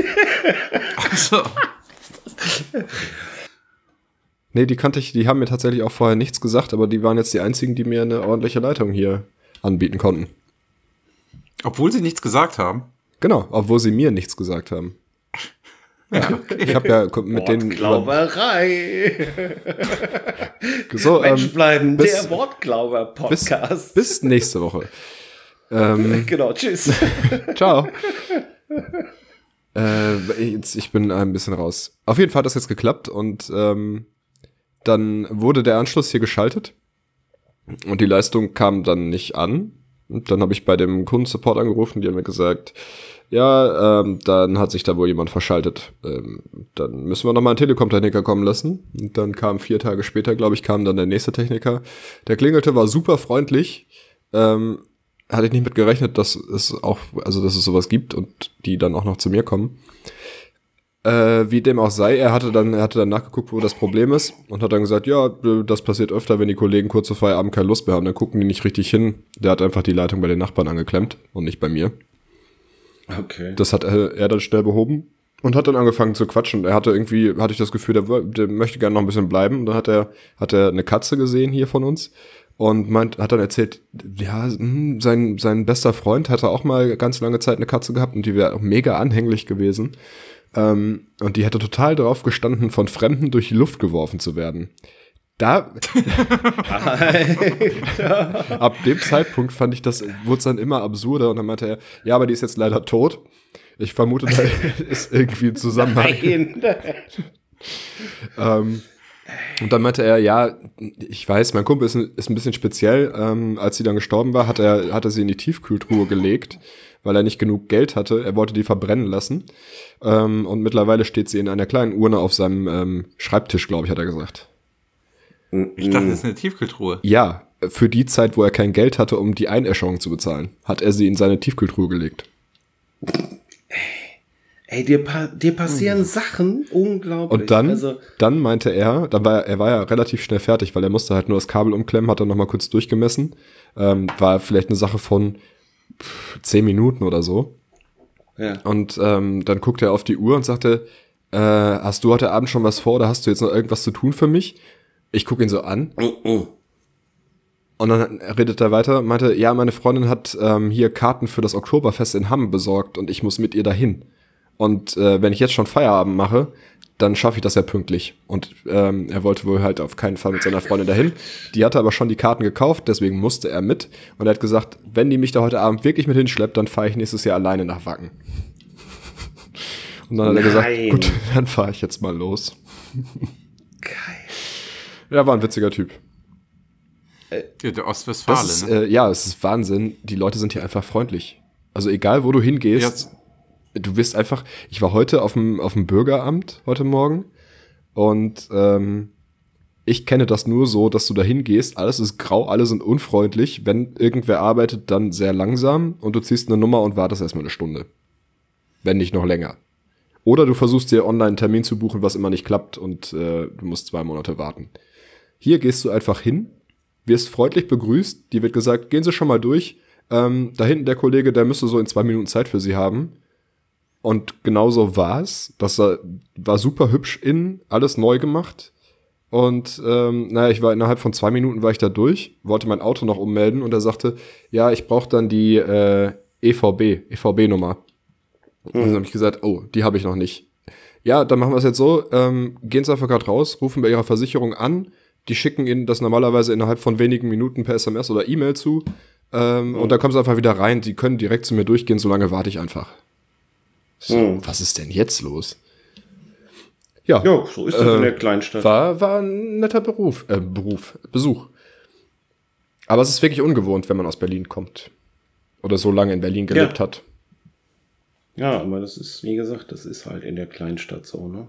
Speaker 4: Also,
Speaker 6: Nee, die kannte ich, die haben mir tatsächlich auch vorher nichts gesagt, aber die waren jetzt die einzigen, die mir eine ordentliche Leitung hier anbieten konnten.
Speaker 4: obwohl sie nichts gesagt haben.
Speaker 6: Genau, obwohl sie mir nichts gesagt haben. Ich habe ja gu- mit denen. über-
Speaker 7: Wortglauberei.
Speaker 6: So,
Speaker 7: Mensch
Speaker 6: ähm,
Speaker 7: bleiben,
Speaker 6: bis-
Speaker 7: der
Speaker 6: bis,
Speaker 7: Wortglauber-Podcast.
Speaker 6: bis nächste Woche. Ähm,
Speaker 7: Genau, tschüss.
Speaker 6: Ciao. äh, jetzt, ich bin ein bisschen raus. Auf jeden Fall hat das jetzt geklappt und ähm, dann wurde der Anschluss hier geschaltet und die Leistung kam dann nicht an. Und dann habe ich bei dem Kundensupport angerufen, die haben mir gesagt, ja, ähm, dann hat sich da wohl jemand verschaltet. Ähm, dann müssen wir nochmal einen Telekom-Techniker kommen lassen. Und dann kam vier Tage später, glaube ich, kam dann der nächste Techniker. Der klingelte, war super freundlich. Ähm, hatte ich nicht mit gerechnet, dass es auch, also dass es sowas gibt und die dann auch noch zu mir kommen. Äh, wie dem auch sei, er hatte dann, er hatte dann nachgeguckt, wo das Problem ist und hat dann gesagt, ja, äh, das passiert öfter, wenn die Kollegen kurz vor Feierabend keine Lust mehr haben, dann gucken die nicht richtig hin. Der hat einfach die Leitung bei den Nachbarn angeklemmt und nicht bei mir.
Speaker 7: Okay.
Speaker 6: Das hat äh, er, er dann schnell behoben und hat dann angefangen zu quatschen. Er hatte irgendwie, hatte ich das Gefühl, der, wo- der möchte gerne noch ein bisschen bleiben. Und dann hat er, hat er eine Katze gesehen hier von uns und meint, hat dann erzählt, ja, hm, sein, sein bester Freund hatte auch mal ganz lange Zeit eine Katze gehabt und die wäre auch mega anhänglich gewesen. Ähm, und die hätte total drauf gestanden, von Fremden durch die Luft geworfen zu werden. Da, ab dem Zeitpunkt fand ich das, wurde es dann immer absurder und dann meinte er, ja, aber die ist jetzt leider tot. Ich vermute, da ist irgendwie ein Zusammenhang. Ähm, und dann meinte er, ja, ich weiß, mein Kumpel ist, ein- ist ein bisschen speziell. Ähm, als sie dann gestorben war, hat er, hat er sie in die Tiefkühltruhe gelegt, weil er nicht genug Geld hatte. Er wollte die verbrennen lassen. Ähm, und mittlerweile steht sie in einer kleinen Urne auf seinem ähm, Schreibtisch, glaube ich, hat er gesagt.
Speaker 4: Ich dachte, das ist eine Tiefkühltruhe.
Speaker 6: Ja, für die Zeit, wo er kein Geld hatte, um die Einäscherung zu bezahlen, hat er sie in seine Tiefkühltruhe gelegt.
Speaker 7: Ey, dir, pa dir passieren Sachen unglaublich.
Speaker 6: Mhm. Und dann,
Speaker 7: Also,
Speaker 6: dann meinte er, dann war er, er war ja relativ schnell fertig, weil er musste halt nur das Kabel umklemmen, hat dann nochmal kurz durchgemessen. Ähm, war vielleicht eine Sache von pff, zehn Minuten oder so.
Speaker 7: ja.
Speaker 6: Und ähm, dann guckte er auf die Uhr und sagte, äh, hast du heute Abend schon was vor oder hast du jetzt noch irgendwas zu tun für mich? Ich gucke ihn so an. oh. Und dann redet er weiter, meinte, ja, meine Freundin hat ähm, hier Karten für das Oktoberfest in Hamm besorgt und ich muss mit ihr dahin. Und äh, wenn ich jetzt schon Feierabend mache, dann schaffe ich das ja pünktlich. Und ähm, er wollte wohl halt auf keinen Fall mit seiner Freundin dahin. Die hatte aber schon die Karten gekauft, deswegen musste er mit. Und er hat gesagt, wenn die mich da heute Abend wirklich mit hinschleppt, dann fahre ich nächstes Jahr alleine nach Wacken. Und dann hat er gesagt,
Speaker 7: Nein.
Speaker 6: gut, dann fahre ich jetzt mal los. Geil. Ja, war ein witziger Typ.
Speaker 4: Ja, der Ostwestfalen.
Speaker 6: Das ist,
Speaker 4: ne?
Speaker 6: äh, ja, es ist Wahnsinn. Die Leute sind hier einfach freundlich. Also egal, wo du hingehst, du wirst einfach. Ich war heute auf dem, auf dem Bürgeramt, heute Morgen. Und ähm, ich kenne das nur so, dass du da hingehst, alles ist grau, alle sind unfreundlich. Wenn irgendwer arbeitet, dann sehr langsam und du ziehst eine Nummer und wartest erstmal eine Stunde. Wenn nicht noch länger. Oder du versuchst dir online einen Termin zu buchen, was immer nicht klappt und äh, du musst zwei Monate warten. Hier gehst du einfach hin, wirst freundlich begrüßt, dir wird gesagt, gehen Sie schon mal durch. Ähm, da hinten der Kollege, der müsste so in zwei Minuten Zeit für Sie haben. Und genauso war's. Das war, war super hübsch innen, alles neu gemacht. Und ähm, naja, ich war innerhalb von zwei Minuten war ich da durch, wollte mein Auto noch ummelden und er sagte, ja, ich brauche dann die äh, EVB, EVB-Nummer. Und dann habe ich gesagt, oh, die habe ich noch nicht. Ja, dann machen wir es jetzt so, ähm, gehen Sie einfach gerade raus, rufen bei Ihrer Versicherung an, die schicken Ihnen das normalerweise innerhalb von wenigen Minuten per SMS oder E-Mail zu ähm, und dann kommen Sie einfach wieder rein, die können direkt zu mir durchgehen, solange warte ich einfach. So, was ist denn jetzt los? Ja,
Speaker 7: ja, so ist das in
Speaker 6: Äh,
Speaker 7: der Kleinstadt.
Speaker 6: war, war ein netter Beruf, äh, Beruf, Besuch. Aber es ist wirklich ungewohnt, wenn man aus Berlin kommt. Oder so lange in Berlin gelebt hat.
Speaker 7: Ja, aber das ist, wie gesagt, das ist halt in der Kleinstadt so, ne?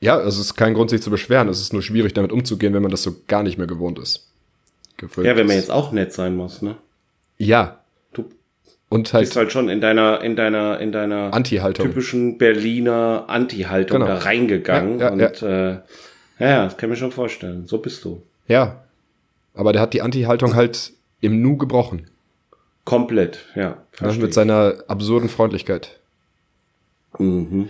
Speaker 6: Ja, also es ist kein Grund, sich zu beschweren. Es ist nur schwierig, damit umzugehen, wenn man das so gar nicht mehr gewohnt ist. Gewöhnt
Speaker 7: Ja, wenn man
Speaker 6: ist.
Speaker 7: jetzt auch nett sein muss, ne?
Speaker 6: Ja.
Speaker 7: Du
Speaker 6: Und
Speaker 7: bist
Speaker 6: halt
Speaker 7: halt schon in deiner, in deiner, in deiner
Speaker 6: Anti-Haltung.
Speaker 7: typischen Berliner Anti-Haltung
Speaker 6: Genau.
Speaker 7: da reingegangen.
Speaker 6: Ja, ja,
Speaker 7: und ja. Äh, ja, das kann ich mir schon vorstellen. So bist du.
Speaker 6: Ja. Aber der hat die Anti-Haltung halt im Nu gebrochen.
Speaker 7: Komplett, ja.
Speaker 6: Ne?
Speaker 7: verstehe
Speaker 6: Mit seiner absurden Freundlichkeit.
Speaker 7: ich. mhm.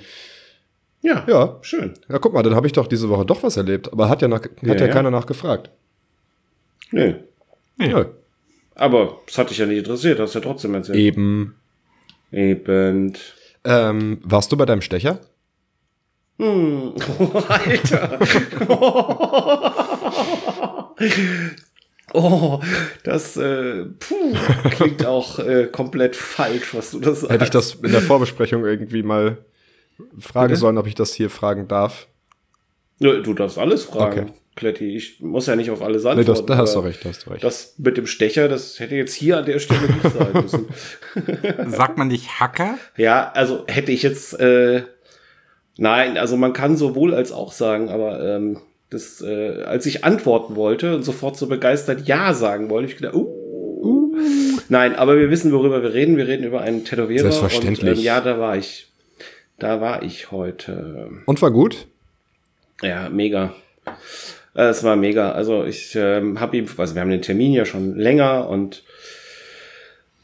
Speaker 7: Ja,
Speaker 6: Ja.
Speaker 7: schön.
Speaker 6: Ja, guck mal, dann habe ich doch diese Woche doch was erlebt. Aber hat ja, nach, hat ja,
Speaker 7: ja.
Speaker 6: keiner nachgefragt.
Speaker 7: Nö.
Speaker 6: Ja.
Speaker 7: Aber das hat dich ja nicht interessiert, hast ja trotzdem erzählt.
Speaker 6: Eben.
Speaker 7: Eben.
Speaker 6: E- Ähm, warst du bei deinem Stecher?
Speaker 5: Hm. Alter. Oh, das äh, puh, klingt auch äh, komplett falsch, was du das sagst.
Speaker 6: Hätte ich das in der Vorbesprechung irgendwie mal fragen sollen, ob ich das hier fragen darf.
Speaker 5: Nö, Du darfst alles fragen,
Speaker 6: Okay.
Speaker 5: Kletti. Ich muss ja nicht auf alles antworten.
Speaker 6: Nee, das, da hast du
Speaker 5: aber
Speaker 6: recht, da hast du recht.
Speaker 5: Das mit dem Stecher, das hätte jetzt hier an der Stelle nicht sein müssen.
Speaker 4: Sagt man nicht Hacker?
Speaker 5: ja, also hätte ich jetzt. Äh, nein, also man kann sowohl als auch sagen, aber ähm, das, äh, als ich antworten wollte und sofort so begeistert Ja sagen wollte, ich gedacht, uh, Nein, aber wir wissen, worüber wir reden. Wir reden über einen Tätowierer. Und,
Speaker 6: Selbstverständlich.
Speaker 5: ähm, ja, da war ich. Da war ich heute.
Speaker 6: Und war gut?
Speaker 5: Ja, mega. Äh, Es war mega. Also ich ähm, habe ihm, also wir haben den Termin ja schon länger und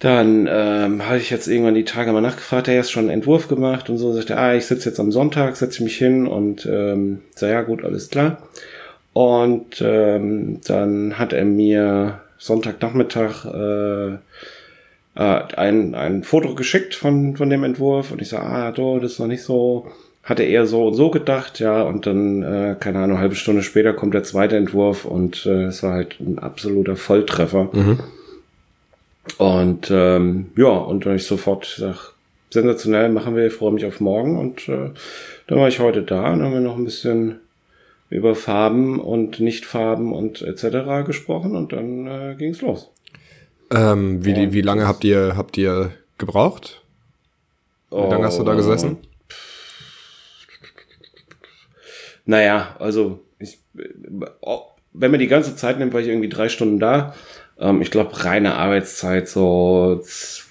Speaker 5: dann ähm, habe ich jetzt irgendwann die Tage mal nachgefragt, er ist schon einen Entwurf gemacht und so sagte, ah, ich sitze jetzt am Sonntag, setze ich mich hin und ähm, sag, ja gut, alles klar. Und ähm, dann hat er mir Sonntagnachmittag äh, äh, ein, ein Foto geschickt von, von dem Entwurf und ich sage, ah, do, das ist noch nicht so. Hatte er so und so gedacht, ja, und dann, äh, keine Ahnung, halbe Stunde später kommt der zweite Entwurf und äh, es war halt ein absoluter Volltreffer. Und ähm, ja, und dann ich sofort sag, sensationell, machen wir, ich freue mich auf morgen und äh, dann war ich heute da und haben wir noch ein bisschen über Farben und Nichtfarben und etc. gesprochen und dann äh, ging es los.
Speaker 6: Ähm, wie, die- wie lange habt ihr, habt ihr gebraucht? Wie lange hast du da
Speaker 5: Oh.
Speaker 6: gesessen?
Speaker 5: Naja, also ich, oh, wenn man die ganze Zeit nimmt, war ich irgendwie drei Stunden da. Ähm, ich glaube, reine Arbeitszeit so z-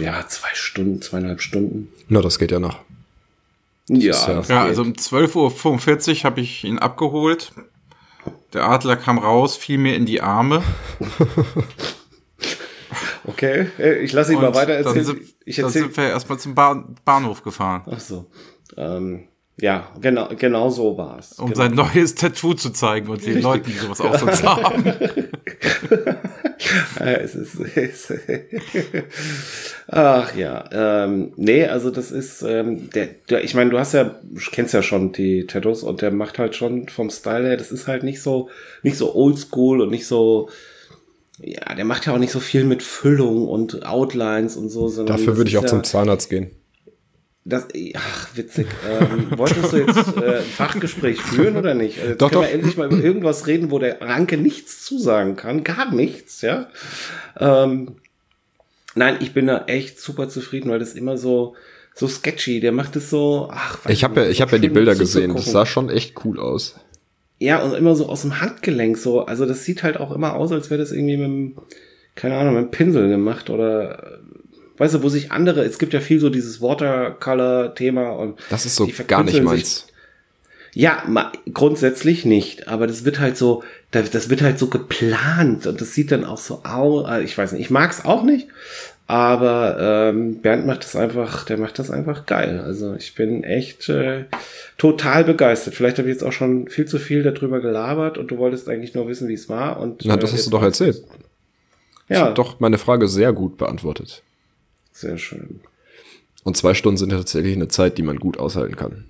Speaker 5: ja, zwei Stunden, zweieinhalb Stunden.
Speaker 6: Na, das geht ja noch.
Speaker 5: Ja,
Speaker 6: ist ja-
Speaker 5: das
Speaker 4: Ja,
Speaker 5: geht.
Speaker 4: also um 12.45 Uhr habe ich ihn abgeholt. Der Adler kam raus, fiel mir in die Arme.
Speaker 5: okay. äh, Ich lasse ihn mal
Speaker 4: und
Speaker 5: weiter
Speaker 4: dann
Speaker 5: erzählen.
Speaker 4: sind,
Speaker 5: ich
Speaker 4: dann
Speaker 5: erzähle
Speaker 4: sind wir erstmal zum Bahn, Bahnhof gefahren,
Speaker 5: Ach so. Ähm, ja, genau, genau so war es.
Speaker 4: um
Speaker 5: genau.
Speaker 4: sein neues Tattoo zu zeigen und den Leuten, die sowas auch sonst haben.
Speaker 5: Ja, Äh, es ist, es Ach ja, ähm, nee, also das ist, ähm, der, der, ich meine, du hast ja, kennst ja schon die Tattoos und der macht halt schon vom Style her, das ist halt nicht so, nicht so oldschool und nicht so, ja, der macht ja auch nicht so viel mit Füllung und Outlines und so. Sondern
Speaker 6: Dafür
Speaker 5: das
Speaker 6: würde ich
Speaker 5: ist
Speaker 6: auch
Speaker 5: ja,
Speaker 6: zum Zahnarzt gehen.
Speaker 5: Das, ach, witzig. Ähm, wolltest du jetzt äh, ein Fachgespräch führen oder nicht? Also jetzt
Speaker 6: Doch,
Speaker 5: können
Speaker 6: doch.
Speaker 5: wir endlich mal über irgendwas reden, wo der Ranke nichts zusagen kann. Gar nichts, ja. Ähm, nein, ich bin da echt super zufrieden, weil das immer so, so sketchy. Der macht es so, ach, weiß
Speaker 6: Ich habe ja,
Speaker 5: nicht,
Speaker 6: ich hab ja die
Speaker 5: Also schön
Speaker 6: Bilder gesehen. Das
Speaker 5: zuzugucken.
Speaker 6: sah schon echt cool aus.
Speaker 5: Ja, und immer so aus dem Handgelenk so. Also das sieht halt auch immer aus, als wäre das irgendwie mit dem, keine Ahnung, mit dem Pinsel gemacht oder äh, weißt du, wo sich andere, es gibt ja viel so dieses Watercolor-Thema und
Speaker 6: Das ist so
Speaker 5: die
Speaker 6: gar nicht
Speaker 5: verkünsteln
Speaker 6: meins.
Speaker 5: Sich, ja, ma, grundsätzlich nicht, aber das wird halt so, da- das wird halt so geplant und das sieht dann auch so aus, äh, ich weiß nicht, ich mag's auch nicht, aber ähm, Bernd macht das einfach, der macht das einfach geil. Also ich bin echt äh, total begeistert. Vielleicht habe ich jetzt auch schon viel zu viel darüber gelabert und du wolltest eigentlich nur wissen, wie es war. Und,
Speaker 6: Na, das
Speaker 5: äh,
Speaker 6: hast du
Speaker 5: jetzt-
Speaker 6: doch erzählt. Ich
Speaker 5: Ja,
Speaker 6: hab doch meine Frage sehr gut beantwortet.
Speaker 5: Sehr schön.
Speaker 6: Und zwei Stunden sind ja tatsächlich eine Zeit, die man gut aushalten kann.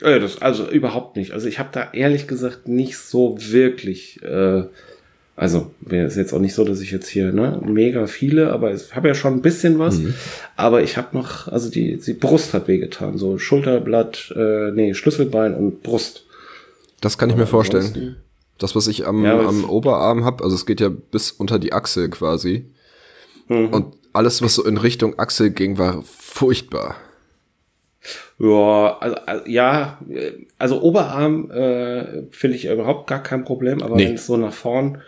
Speaker 5: Äh, das, also überhaupt nicht. Also ich habe da ehrlich gesagt nicht so wirklich. Äh, also wäre es jetzt auch nicht so, dass ich jetzt hier ne mega viele, aber ich habe ja schon ein bisschen was. Aber ich habe noch, also die, die Brust hat wehgetan, so Schulterblatt, äh, nee Schlüsselbein und Brust.
Speaker 6: Das kann ich mir vorstellen.
Speaker 5: Ansonsten-
Speaker 6: Das, was ich am,
Speaker 5: Ja, aber
Speaker 6: am
Speaker 5: es-
Speaker 6: Oberarm habe, also es geht ja bis unter die Achsel quasi.
Speaker 5: Mhm.
Speaker 6: Und alles, was so in Richtung Achsel ging, war furchtbar.
Speaker 5: Ja, also, also, ja, äh, also Oberarm äh, finde ich überhaupt gar kein Problem, aber
Speaker 6: Nee.
Speaker 5: wenn es so nach vorn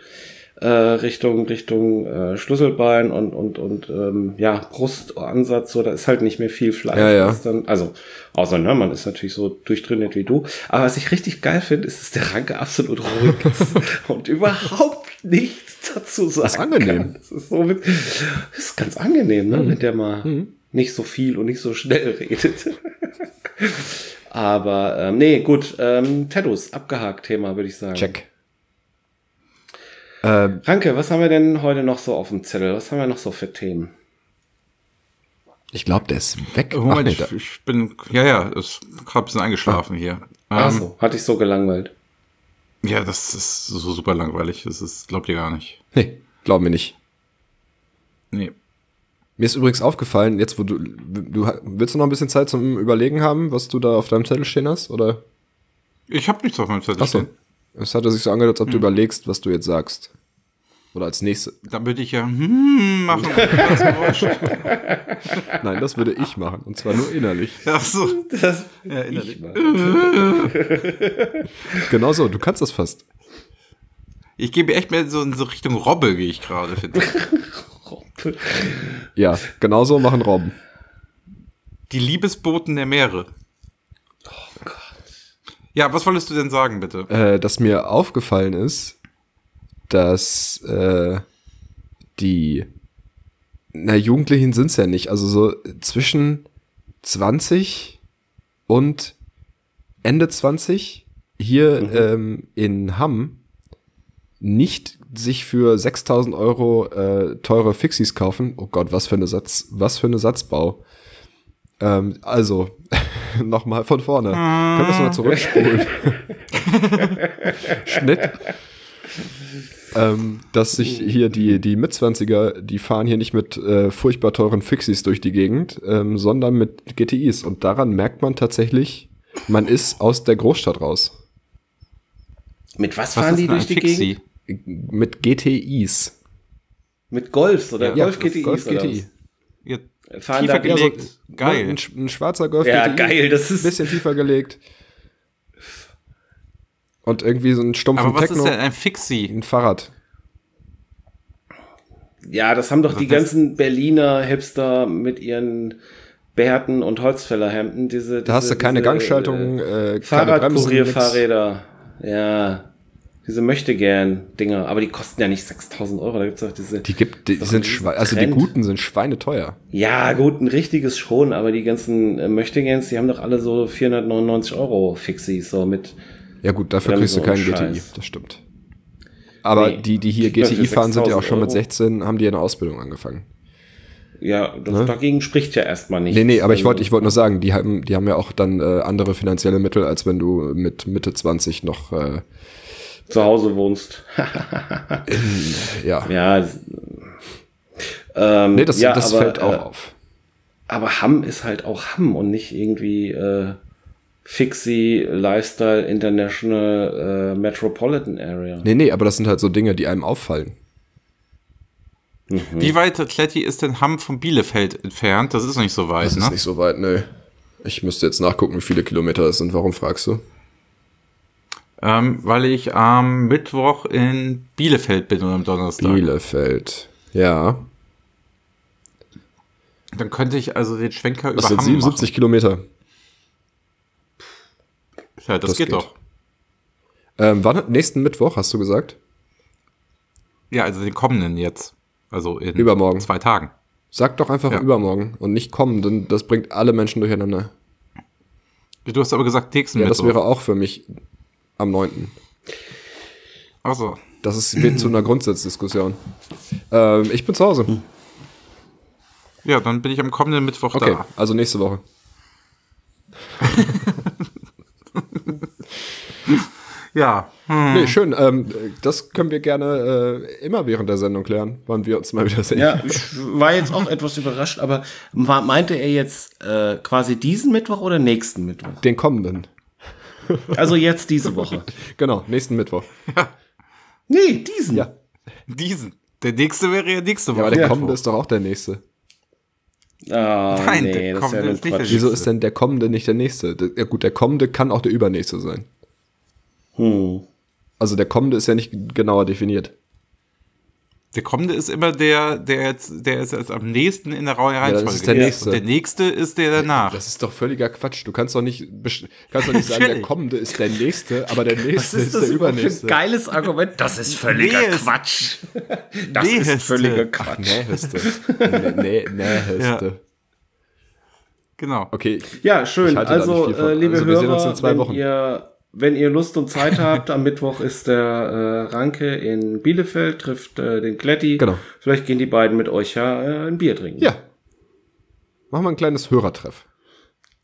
Speaker 5: äh, Richtung Richtung äh, Schlüsselbein und und und ähm, ja Brustansatz, so da ist halt nicht mehr viel Fleisch.
Speaker 6: Ja, ja.
Speaker 5: was Dann, also außer ne, man ist natürlich so durchtrainiert wie du. Aber was ich richtig geil finde, ist, dass der Ranke absolut ruhig ist und überhaupt nichts dazu sagen
Speaker 6: ist angenehm. Mhm.
Speaker 5: Kann. Das ist so, wit- das ist ganz angenehm, ne, wenn der mal nicht so viel und nicht so schnell redet. Aber ähm, nee, gut, ähm, Tattoos, abgehakt Thema, würde ich sagen.
Speaker 6: Check. Ähm, Ähm.
Speaker 5: Ranke, was haben wir denn heute noch so auf dem Zettel? Was haben wir noch so für Themen?
Speaker 6: Ich glaube, der ist weg. Ach,
Speaker 4: Moment,
Speaker 6: nee,
Speaker 4: ich,
Speaker 6: da-
Speaker 4: ich bin, ja, ja, ist gerade ein bisschen eingeschlafen hier.
Speaker 5: Ach
Speaker 4: Ähm,
Speaker 5: so, hatte ich so gelangweilt.
Speaker 4: ja, das ist so super langweilig. Das ist, glaubt ihr gar nicht.
Speaker 6: nee, glaub mir nicht.
Speaker 4: Nee.
Speaker 6: Mir ist übrigens aufgefallen, jetzt wo du, du willst du noch ein bisschen Zeit zum Überlegen haben, was du da auf deinem Zettel stehen hast? Oder?
Speaker 4: Ich habe nichts auf meinem Zettel
Speaker 6: Achso.
Speaker 4: stehen.
Speaker 6: Es hatte sich so angehört, als
Speaker 5: Mhm.
Speaker 6: ob du überlegst, was du jetzt sagst. Oder als nächstes.
Speaker 4: Dann würde ich ja hm machen. Das Geräusch.
Speaker 6: Nein, das würde ich machen. Und zwar nur innerlich.
Speaker 4: Ach so.
Speaker 5: Das
Speaker 4: Ja, innerlich.
Speaker 6: Genau so, du kannst das fast.
Speaker 4: Ich gebe echt mehr so in so Richtung Robbe, gehe ich gerade, finde ich.
Speaker 6: Ja, genau so machen Robben.
Speaker 4: Die Liebesboten der Meere.
Speaker 5: Oh
Speaker 4: Ja, was wolltest du denn sagen, bitte?
Speaker 6: äh, dass mir aufgefallen ist, dass äh, die na, Jugendlichen sind's ja nicht. Also so zwischen 20 und Ende 20 hier ähm, in Hamm nicht sich für 6000 Euro äh, teure Fixies kaufen. Oh Gott, was für eine Satz, was für eine Satzbau. Ähm, also, nochmal von vorne. Können wir es mal zurückspulen? Schnitt. ähm, dass sich hier die, die Mitzwanziger, die fahren hier nicht mit äh, furchtbar teuren Fixies durch die Gegend, ähm, sondern mit GTIs. Und daran merkt man tatsächlich, man ist aus der Großstadt raus.
Speaker 5: Mit was fahren die
Speaker 4: denn
Speaker 5: durch
Speaker 4: ein
Speaker 5: die Gegend?
Speaker 6: Mit GTIs.
Speaker 5: Mit Golfs oder
Speaker 6: Ja,
Speaker 5: Golf GTIs
Speaker 6: Golf
Speaker 5: oder
Speaker 6: GTI.
Speaker 4: Ja,
Speaker 5: Fahren
Speaker 4: tiefer
Speaker 5: da- Ja,
Speaker 4: gelegt.
Speaker 6: Ne,
Speaker 4: Geil.
Speaker 6: Ein, sch- ein schwarzer Golf
Speaker 5: was? Ja, geil, das ist
Speaker 6: Bisschen tiefer gelegt. Und irgendwie so ein stumpfen
Speaker 4: Aber was
Speaker 6: Techno.
Speaker 4: ist denn ein Fixie?
Speaker 6: Ein Fahrrad.
Speaker 5: Ja, das haben doch die
Speaker 4: das-
Speaker 5: ganzen Berliner Hipster mit ihren Bärten und Holzfällerhemden. Diese,
Speaker 6: Da hast
Speaker 5: diese-
Speaker 6: du keine
Speaker 5: diese,
Speaker 6: Gangschaltung, äh,
Speaker 5: äh,
Speaker 6: keine Bremsen. nix.
Speaker 5: Fahrradkurierfahrräder. Ja. Diese möchte gern Dinger, aber die kosten ja nicht 6000 Euro. Da gibt's doch diese.
Speaker 6: Die gibt, die,
Speaker 5: Ist doch
Speaker 6: sind
Speaker 5: ein
Speaker 6: schwe also die
Speaker 5: Trend.
Speaker 6: guten sind schweineteuer.
Speaker 5: ja, gut, ein richtiges schon, aber die ganzen äh, Möchtegerns, die haben doch alle so 499 Euro Fixies, so mit.
Speaker 6: Ja gut, dafür
Speaker 5: Bremsen
Speaker 6: kriegst du
Speaker 5: und
Speaker 6: keinen
Speaker 5: Scheiß.
Speaker 6: GTI, das stimmt. Aber
Speaker 5: Nee.
Speaker 6: die, die hier
Speaker 5: Kriegt man für
Speaker 6: GTI fahren, sind ja auch
Speaker 5: 6.000
Speaker 6: schon mit
Speaker 5: Euro.
Speaker 6: 16, haben die eine Ausbildung angefangen.
Speaker 5: Ja, das, dagegen spricht ja erstmal nichts.
Speaker 6: Ne? Nee, nee, aber ich
Speaker 5: Also-
Speaker 6: wollte ich wollte nur sagen, die haben, die haben ja auch dann äh, andere finanzielle Mittel, als wenn du mit Mitte 20 noch, äh,
Speaker 5: zu Hause wohnst.
Speaker 6: ja.
Speaker 5: ja. das- Ähm,
Speaker 6: Nee, das,
Speaker 5: ja,
Speaker 6: das
Speaker 5: aber,
Speaker 6: fällt auch
Speaker 5: äh,
Speaker 6: auf.
Speaker 5: Aber Hamm ist halt auch Hamm und nicht irgendwie äh, Fixie, Lifestyle, International, äh, Metropolitan Area.
Speaker 6: Nee, nee, aber das sind halt so Dinge, die einem auffallen.
Speaker 4: Wie weit, Kletti, ist denn Hamm von Bielefeld entfernt? Das ist noch nicht so weit,
Speaker 6: Das
Speaker 4: ne?
Speaker 6: ist nicht so weit, nö. Ich müsste jetzt nachgucken, wie viele Kilometer das sind. Warum fragst du?
Speaker 4: Ähm, weil ich am Mittwoch in Bielefeld bin und am Donnerstag.
Speaker 6: Bielefeld. Ja.
Speaker 4: Dann könnte ich also den Schwenker über
Speaker 6: Das sind
Speaker 4: Hamm
Speaker 6: 77 Kilometer.
Speaker 4: machen. Ja, das,
Speaker 6: Das
Speaker 4: geht,
Speaker 6: geht.
Speaker 4: doch.
Speaker 6: Ähm, wann? Nächsten Mittwoch, hast du gesagt?
Speaker 4: Ja, also den kommenden jetzt. Also in
Speaker 6: Übermorgen.
Speaker 4: zwei Tagen.
Speaker 6: Sag doch einfach
Speaker 4: Ja.
Speaker 6: übermorgen und nicht kommen, denn das bringt alle Menschen durcheinander.
Speaker 4: Du hast aber gesagt, nächsten
Speaker 6: Ja, das
Speaker 4: Mittwoch.
Speaker 6: wäre auch für mich am 9.
Speaker 4: Ach so.
Speaker 6: Das ist, wird zu einer Grundsatzdiskussion. Ähm, ich bin zu Hause.
Speaker 4: Ja, dann bin ich am kommenden Mittwoch
Speaker 6: Okay,
Speaker 4: da.
Speaker 6: also nächste Woche.
Speaker 4: Ja. hm,
Speaker 6: Nee, schön. Ähm, das können wir gerne äh, immer während der Sendung klären, wann wir uns mal wieder sehen.
Speaker 5: Ja, ich war jetzt auch etwas überrascht, aber war, meinte er jetzt äh, quasi diesen Mittwoch oder nächsten Mittwoch?
Speaker 6: Den kommenden.
Speaker 5: Also jetzt diese Woche.
Speaker 6: Genau, nächsten Mittwoch.
Speaker 5: Nee, diesen.
Speaker 6: Ja.
Speaker 4: Diesen. Der nächste wäre ja nächste
Speaker 6: Ja, aber
Speaker 4: Woche.
Speaker 6: der kommende ist doch auch der nächste.
Speaker 5: Ah,
Speaker 4: Nein,
Speaker 5: nee,
Speaker 4: der
Speaker 5: das ist ja
Speaker 4: kommt
Speaker 5: nur
Speaker 4: jetzt nicht.
Speaker 5: Quatsch.
Speaker 6: Wieso ist denn der kommende nicht der nächste? Der- Ja gut, der kommende kann auch der übernächste sein.
Speaker 5: Hm.
Speaker 6: Also der kommende ist ja nicht genauer definiert.
Speaker 4: Der kommende ist immer der, der jetzt, der ist jetzt am nächsten in der Reihe
Speaker 6: das
Speaker 4: Reihenfolge.
Speaker 6: ist der nächste.
Speaker 4: Und der nächste ist der danach.
Speaker 6: Das ist doch völliger Quatsch. Du kannst doch nicht, besch- kannst doch nicht sagen, der
Speaker 4: Natürlich.
Speaker 6: kommende ist der nächste, aber der nächste ist,
Speaker 5: das
Speaker 6: der
Speaker 5: überhaupt für
Speaker 6: übernächste.
Speaker 5: ein geiles Argument? Das ist völliger
Speaker 4: Nee, es-
Speaker 5: Quatsch. Das
Speaker 4: Näheste.
Speaker 5: ist völliger Quatsch.
Speaker 6: Näheste. Nee, nee, näheste.
Speaker 4: Ja. genau.
Speaker 6: Okay,
Speaker 5: Ja, schön.
Speaker 6: Ich halte da nicht
Speaker 5: Also,
Speaker 6: viel von.
Speaker 5: äh, liebe
Speaker 6: Also, wir
Speaker 5: Hörer,
Speaker 6: sehen uns in zwei
Speaker 5: wenn,
Speaker 6: Wochen.
Speaker 5: Ihr, wenn ihr Lust und Zeit habt, am Mittwoch ist der äh, Ranke in Bielefeld, trifft äh, den Kletti.
Speaker 6: Genau.
Speaker 5: Vielleicht gehen die beiden mit euch ja äh, ein Bier trinken.
Speaker 6: ja. Machen wir ein kleines Hörertreff.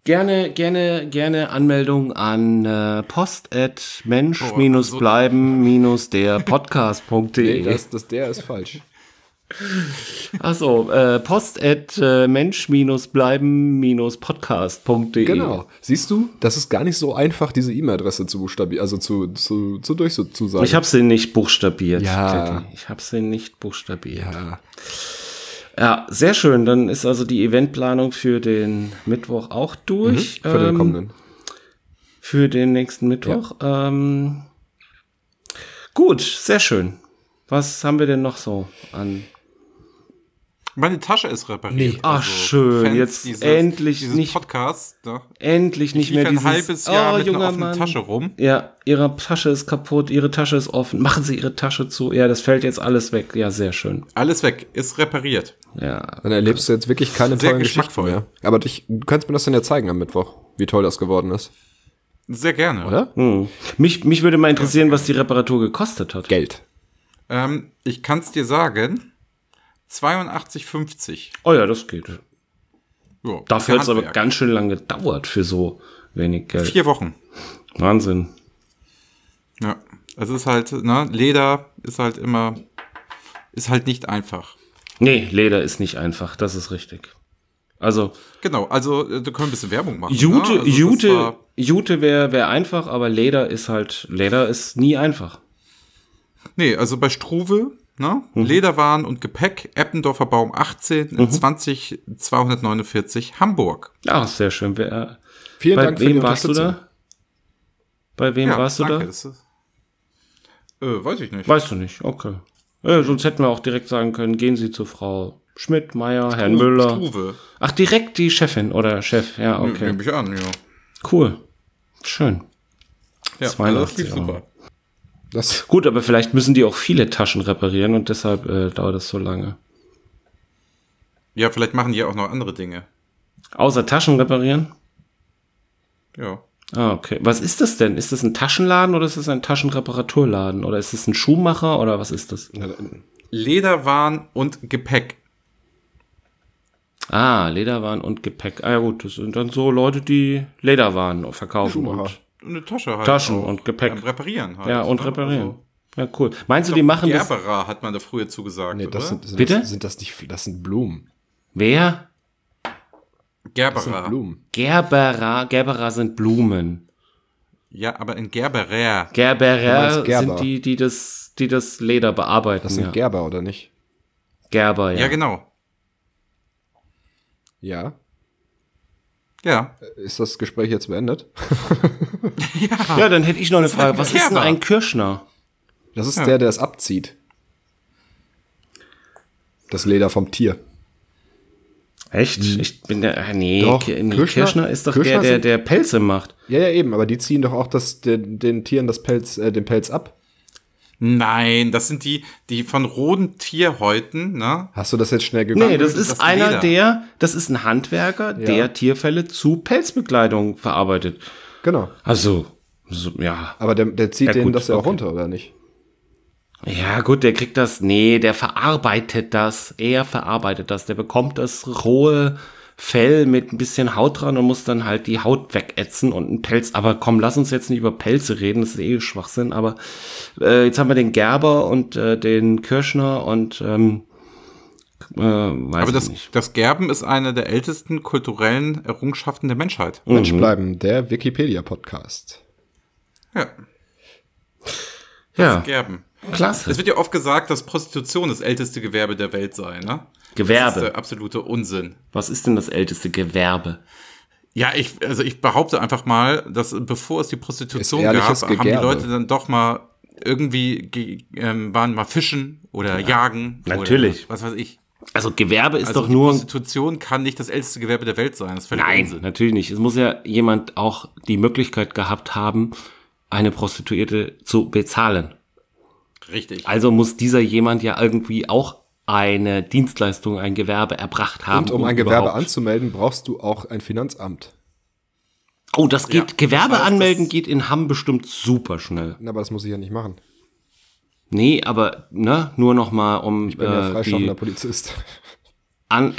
Speaker 5: Gerne, gerne, gerne Anmeldung an äh, post at mensch-bleiben-der-podcast.de.
Speaker 6: das, das der ist falsch.
Speaker 5: Achso, äh, post at äh, mensch-bleiben-podcast.de.
Speaker 6: Genau. Siehst du, das ist gar nicht so einfach, diese E-Mail-Adresse zu buchstabieren, also zu, zu, zu durchzusagen.
Speaker 5: Ich habe sie nicht buchstabiert.
Speaker 6: Ja.
Speaker 5: Kletti. Ich habe sie nicht buchstabiert.
Speaker 6: Ja.
Speaker 5: Ja, sehr schön. Dann ist also die Eventplanung für den Mittwoch auch durch.
Speaker 6: Mhm, für den
Speaker 5: Ähm,
Speaker 6: kommenden.
Speaker 5: Für den nächsten Mittwoch. Ähm, gut, sehr schön. Was haben wir denn noch so an?
Speaker 4: Meine Tasche ist repariert.
Speaker 5: Nee. Ach, schön. Jetzt endlich
Speaker 4: Also, dieses
Speaker 5: nicht-
Speaker 4: Podcast. Ne?
Speaker 5: Endlich nicht
Speaker 4: ich
Speaker 5: mehr
Speaker 4: lief
Speaker 5: dieses.
Speaker 4: ein halbes Jahr
Speaker 5: oh,
Speaker 4: mit einer
Speaker 5: junger
Speaker 4: offenen
Speaker 5: Mann.
Speaker 4: Tasche rum.
Speaker 5: Ja, ihre Tasche ist kaputt, ihre Tasche ist offen. Machen Sie ihre Tasche zu. Ja, das fällt jetzt alles weg. Ja, sehr schön.
Speaker 4: Alles weg, ist repariert.
Speaker 5: Ja.
Speaker 6: Dann erlebst du jetzt wirklich keine
Speaker 4: Sehr
Speaker 6: tollen Geschichten
Speaker 4: geschmackvoll.
Speaker 6: mehr. Aber dich, du kannst mir das dann ja zeigen am Mittwoch, wie toll das geworden ist.
Speaker 4: Sehr gerne.
Speaker 6: Oder?
Speaker 5: Hm. Mich, mich würde mal interessieren, was die Reparatur gekostet hat.
Speaker 6: Geld.
Speaker 4: Ähm, ich kann es dir sagen, 82,50.
Speaker 5: Oh ja, das geht.
Speaker 4: Ja,
Speaker 5: Dafür hat es aber
Speaker 4: Handwerk.
Speaker 5: ganz schön lang gedauert für so wenig Geld.
Speaker 4: Vier Wochen.
Speaker 5: Wahnsinn.
Speaker 4: Ja. Also es ist halt, ne, Leder ist halt immer, ist halt nicht einfach.
Speaker 5: Nee, Leder ist nicht einfach, das ist richtig. Also,
Speaker 4: Genau, also äh, da können wir ein bisschen Werbung machen.
Speaker 5: Jute,
Speaker 4: ne? also das
Speaker 5: Jute,
Speaker 4: war-
Speaker 5: Jute wäre wär einfach, aber Leder ist halt, Leder ist nie einfach.
Speaker 4: Nee, also bei Struve, ne?
Speaker 5: Mhm.
Speaker 4: Lederwaren und Gepäck, Eppendorfer Baum 18 in 20249 Hamburg.
Speaker 5: Ach, sehr schön. Wer,
Speaker 6: Vielen
Speaker 5: bei
Speaker 6: Dank für die
Speaker 5: wem warst du
Speaker 6: Unterstützung.
Speaker 5: da? Bei wem warst du da?
Speaker 4: Das ist, äh, weiß ich nicht.
Speaker 5: Weißt du nicht, okay. Äh, sonst hätten wir auch direkt sagen können, gehen Sie zu Frau Schmidt, Meier, Herrn Müller.
Speaker 4: Struve, Mhm,
Speaker 5: Ach, direkt die Chefin oder Chef, ja, okay.
Speaker 4: nehme ich an, ja.
Speaker 5: Cool. Schön.
Speaker 4: ja
Speaker 5: 82
Speaker 4: lief
Speaker 5: Euro.
Speaker 4: super.
Speaker 6: Das,
Speaker 5: Gut, aber vielleicht müssen die auch viele Taschen reparieren und deshalb äh, dauert das so lange.
Speaker 4: Ja, vielleicht machen die auch noch andere Dinge.
Speaker 5: Außer Taschen reparieren?
Speaker 4: Ja.
Speaker 5: Ah, okay. Was ist das denn? Ist das ein Taschenladen oder ist das ein Taschenreparaturladen? Oder ist das ein Schuhmacher oder was ist das?
Speaker 4: Lederwaren und Gepäck.
Speaker 5: Ah, Lederwaren und Gepäck. Ah ja gut, das sind dann so Leute, die Lederwaren verkaufen.
Speaker 6: Schuhmacher. Also
Speaker 5: Und,
Speaker 4: Eine Tasche halt.
Speaker 5: Taschen
Speaker 4: auch.
Speaker 5: und Gepäck.
Speaker 4: Ähm, reparieren halt.
Speaker 5: ja, und
Speaker 4: ne?
Speaker 5: reparieren.
Speaker 4: Also,
Speaker 5: Ja, cool. Meinst du, die machen das?
Speaker 4: Gerberer hat man da früher zugesagt,
Speaker 6: nee, das
Speaker 4: oder?
Speaker 6: sind, sind,
Speaker 5: Bitte?
Speaker 6: Das, sind das nicht, das sind Blumen.
Speaker 5: Wer?
Speaker 6: Das sind
Speaker 4: Gerberer.
Speaker 6: Blumen.
Speaker 5: Gerberer. Gerberer sind Blumen.
Speaker 4: ja, aber ein Gerberer.
Speaker 6: Du
Speaker 5: Gerberer
Speaker 6: meinst Gerber.
Speaker 5: sind die, die das, die das Leder bearbeiten.
Speaker 6: Das sind
Speaker 5: ja.
Speaker 6: Gerber, oder nicht?
Speaker 5: Gerber,
Speaker 4: Ja,
Speaker 5: ja.
Speaker 4: genau.
Speaker 6: Ja.
Speaker 4: Ja.
Speaker 6: Ist das Gespräch jetzt beendet? genau.
Speaker 5: Ja, dann hätte ich noch eine Frage. Was ist denn
Speaker 4: Gerber.
Speaker 5: ein Kirschner?
Speaker 6: Das ist der, der es abzieht. Das Leder vom Tier.
Speaker 5: Echt? Ich bin der. ah, Nee,
Speaker 6: Doch,
Speaker 5: Ki- nee Kirschner,
Speaker 6: Kirschner-
Speaker 5: ist doch
Speaker 6: Kirschner
Speaker 5: der,
Speaker 6: sind-
Speaker 5: der, der Pelze macht.
Speaker 6: Ja, ja, eben, aber die ziehen doch auch das, den, den Tieren das Pelz, äh, den Pelz ab.
Speaker 4: Nein, das sind die, die von roten Tierhäuten, ne?
Speaker 6: Hast du das jetzt schnell geguckt?
Speaker 5: Nee, das ist
Speaker 4: das
Speaker 5: einer
Speaker 4: Leder.
Speaker 5: der, das ist ein Handwerker, der Tierfälle zu Pelzbekleidung verarbeitet.
Speaker 6: Genau.
Speaker 5: Also, so, ja.
Speaker 6: Aber der, der zieht
Speaker 5: Ja,
Speaker 6: denen
Speaker 5: gut,
Speaker 6: das ja auch
Speaker 5: okay.
Speaker 6: runter, oder nicht?
Speaker 5: Ja, gut, der kriegt das. Nee, der verarbeitet das. Er verarbeitet das. Der bekommt das rohe Fell mit ein bisschen Haut dran und muss dann halt die Haut wegätzen und einen Pelz. Aber komm, lass uns jetzt nicht über Pelze reden, das ist eh Schwachsinn. Aber äh, jetzt haben wir den Gerber und äh, den Kirschner und ähm, äh, weiß
Speaker 4: Aber
Speaker 5: ich
Speaker 4: das,
Speaker 5: nicht.
Speaker 4: das Gerben ist eine der ältesten kulturellen Errungenschaften der Menschheit.
Speaker 5: Mhm.
Speaker 6: Mensch bleiben, der Wikipedia-Podcast.
Speaker 4: Ja,
Speaker 5: Ja,
Speaker 4: Gerben.
Speaker 5: klasse.
Speaker 4: Es wird ja oft gesagt, dass Prostitution das älteste Gewerbe der Welt sei, ne? Das ist
Speaker 5: Gewerbe.
Speaker 4: der absolute Unsinn.
Speaker 5: Was ist denn das älteste Gewerbe?
Speaker 4: Ja, ich, also ich behaupte einfach mal, dass bevor es die Prostitution
Speaker 6: Ist
Speaker 4: gab,
Speaker 6: ehrliches
Speaker 4: haben die
Speaker 6: Gegerbe.
Speaker 4: Leute dann doch mal irgendwie ge- ähm, waren mal fischen oder jagen.
Speaker 5: natürlich.
Speaker 4: Oder was weiß ich.
Speaker 5: Also Gewerbe ist
Speaker 4: Also
Speaker 5: doch
Speaker 4: die
Speaker 5: nur
Speaker 4: Prostitution kann nicht das älteste Gewerbe der Welt sein. Das ist völlig
Speaker 5: Nein,
Speaker 4: Unsinn.
Speaker 5: natürlich nicht. Es muss ja jemand auch die Möglichkeit gehabt haben, eine Prostituierte zu bezahlen.
Speaker 4: Richtig.
Speaker 5: Also muss dieser jemand ja irgendwie auch eine Dienstleistung, ein Gewerbe erbracht haben.
Speaker 6: Und um ein Gewerbe
Speaker 5: überhaupt-
Speaker 6: anzumelden, brauchst du auch ein Finanzamt.
Speaker 5: Oh, das geht,
Speaker 4: Ja,
Speaker 5: Gewerbe
Speaker 4: das heißt,
Speaker 5: anmelden
Speaker 4: das-
Speaker 5: geht in Hamm bestimmt super schnell.
Speaker 6: Na, Aber das muss ich ja nicht machen.
Speaker 5: Nee, aber, ne, nur nochmal um,
Speaker 6: Ich bin ja
Speaker 5: äh, die,
Speaker 6: freischaffender Polizist.
Speaker 5: An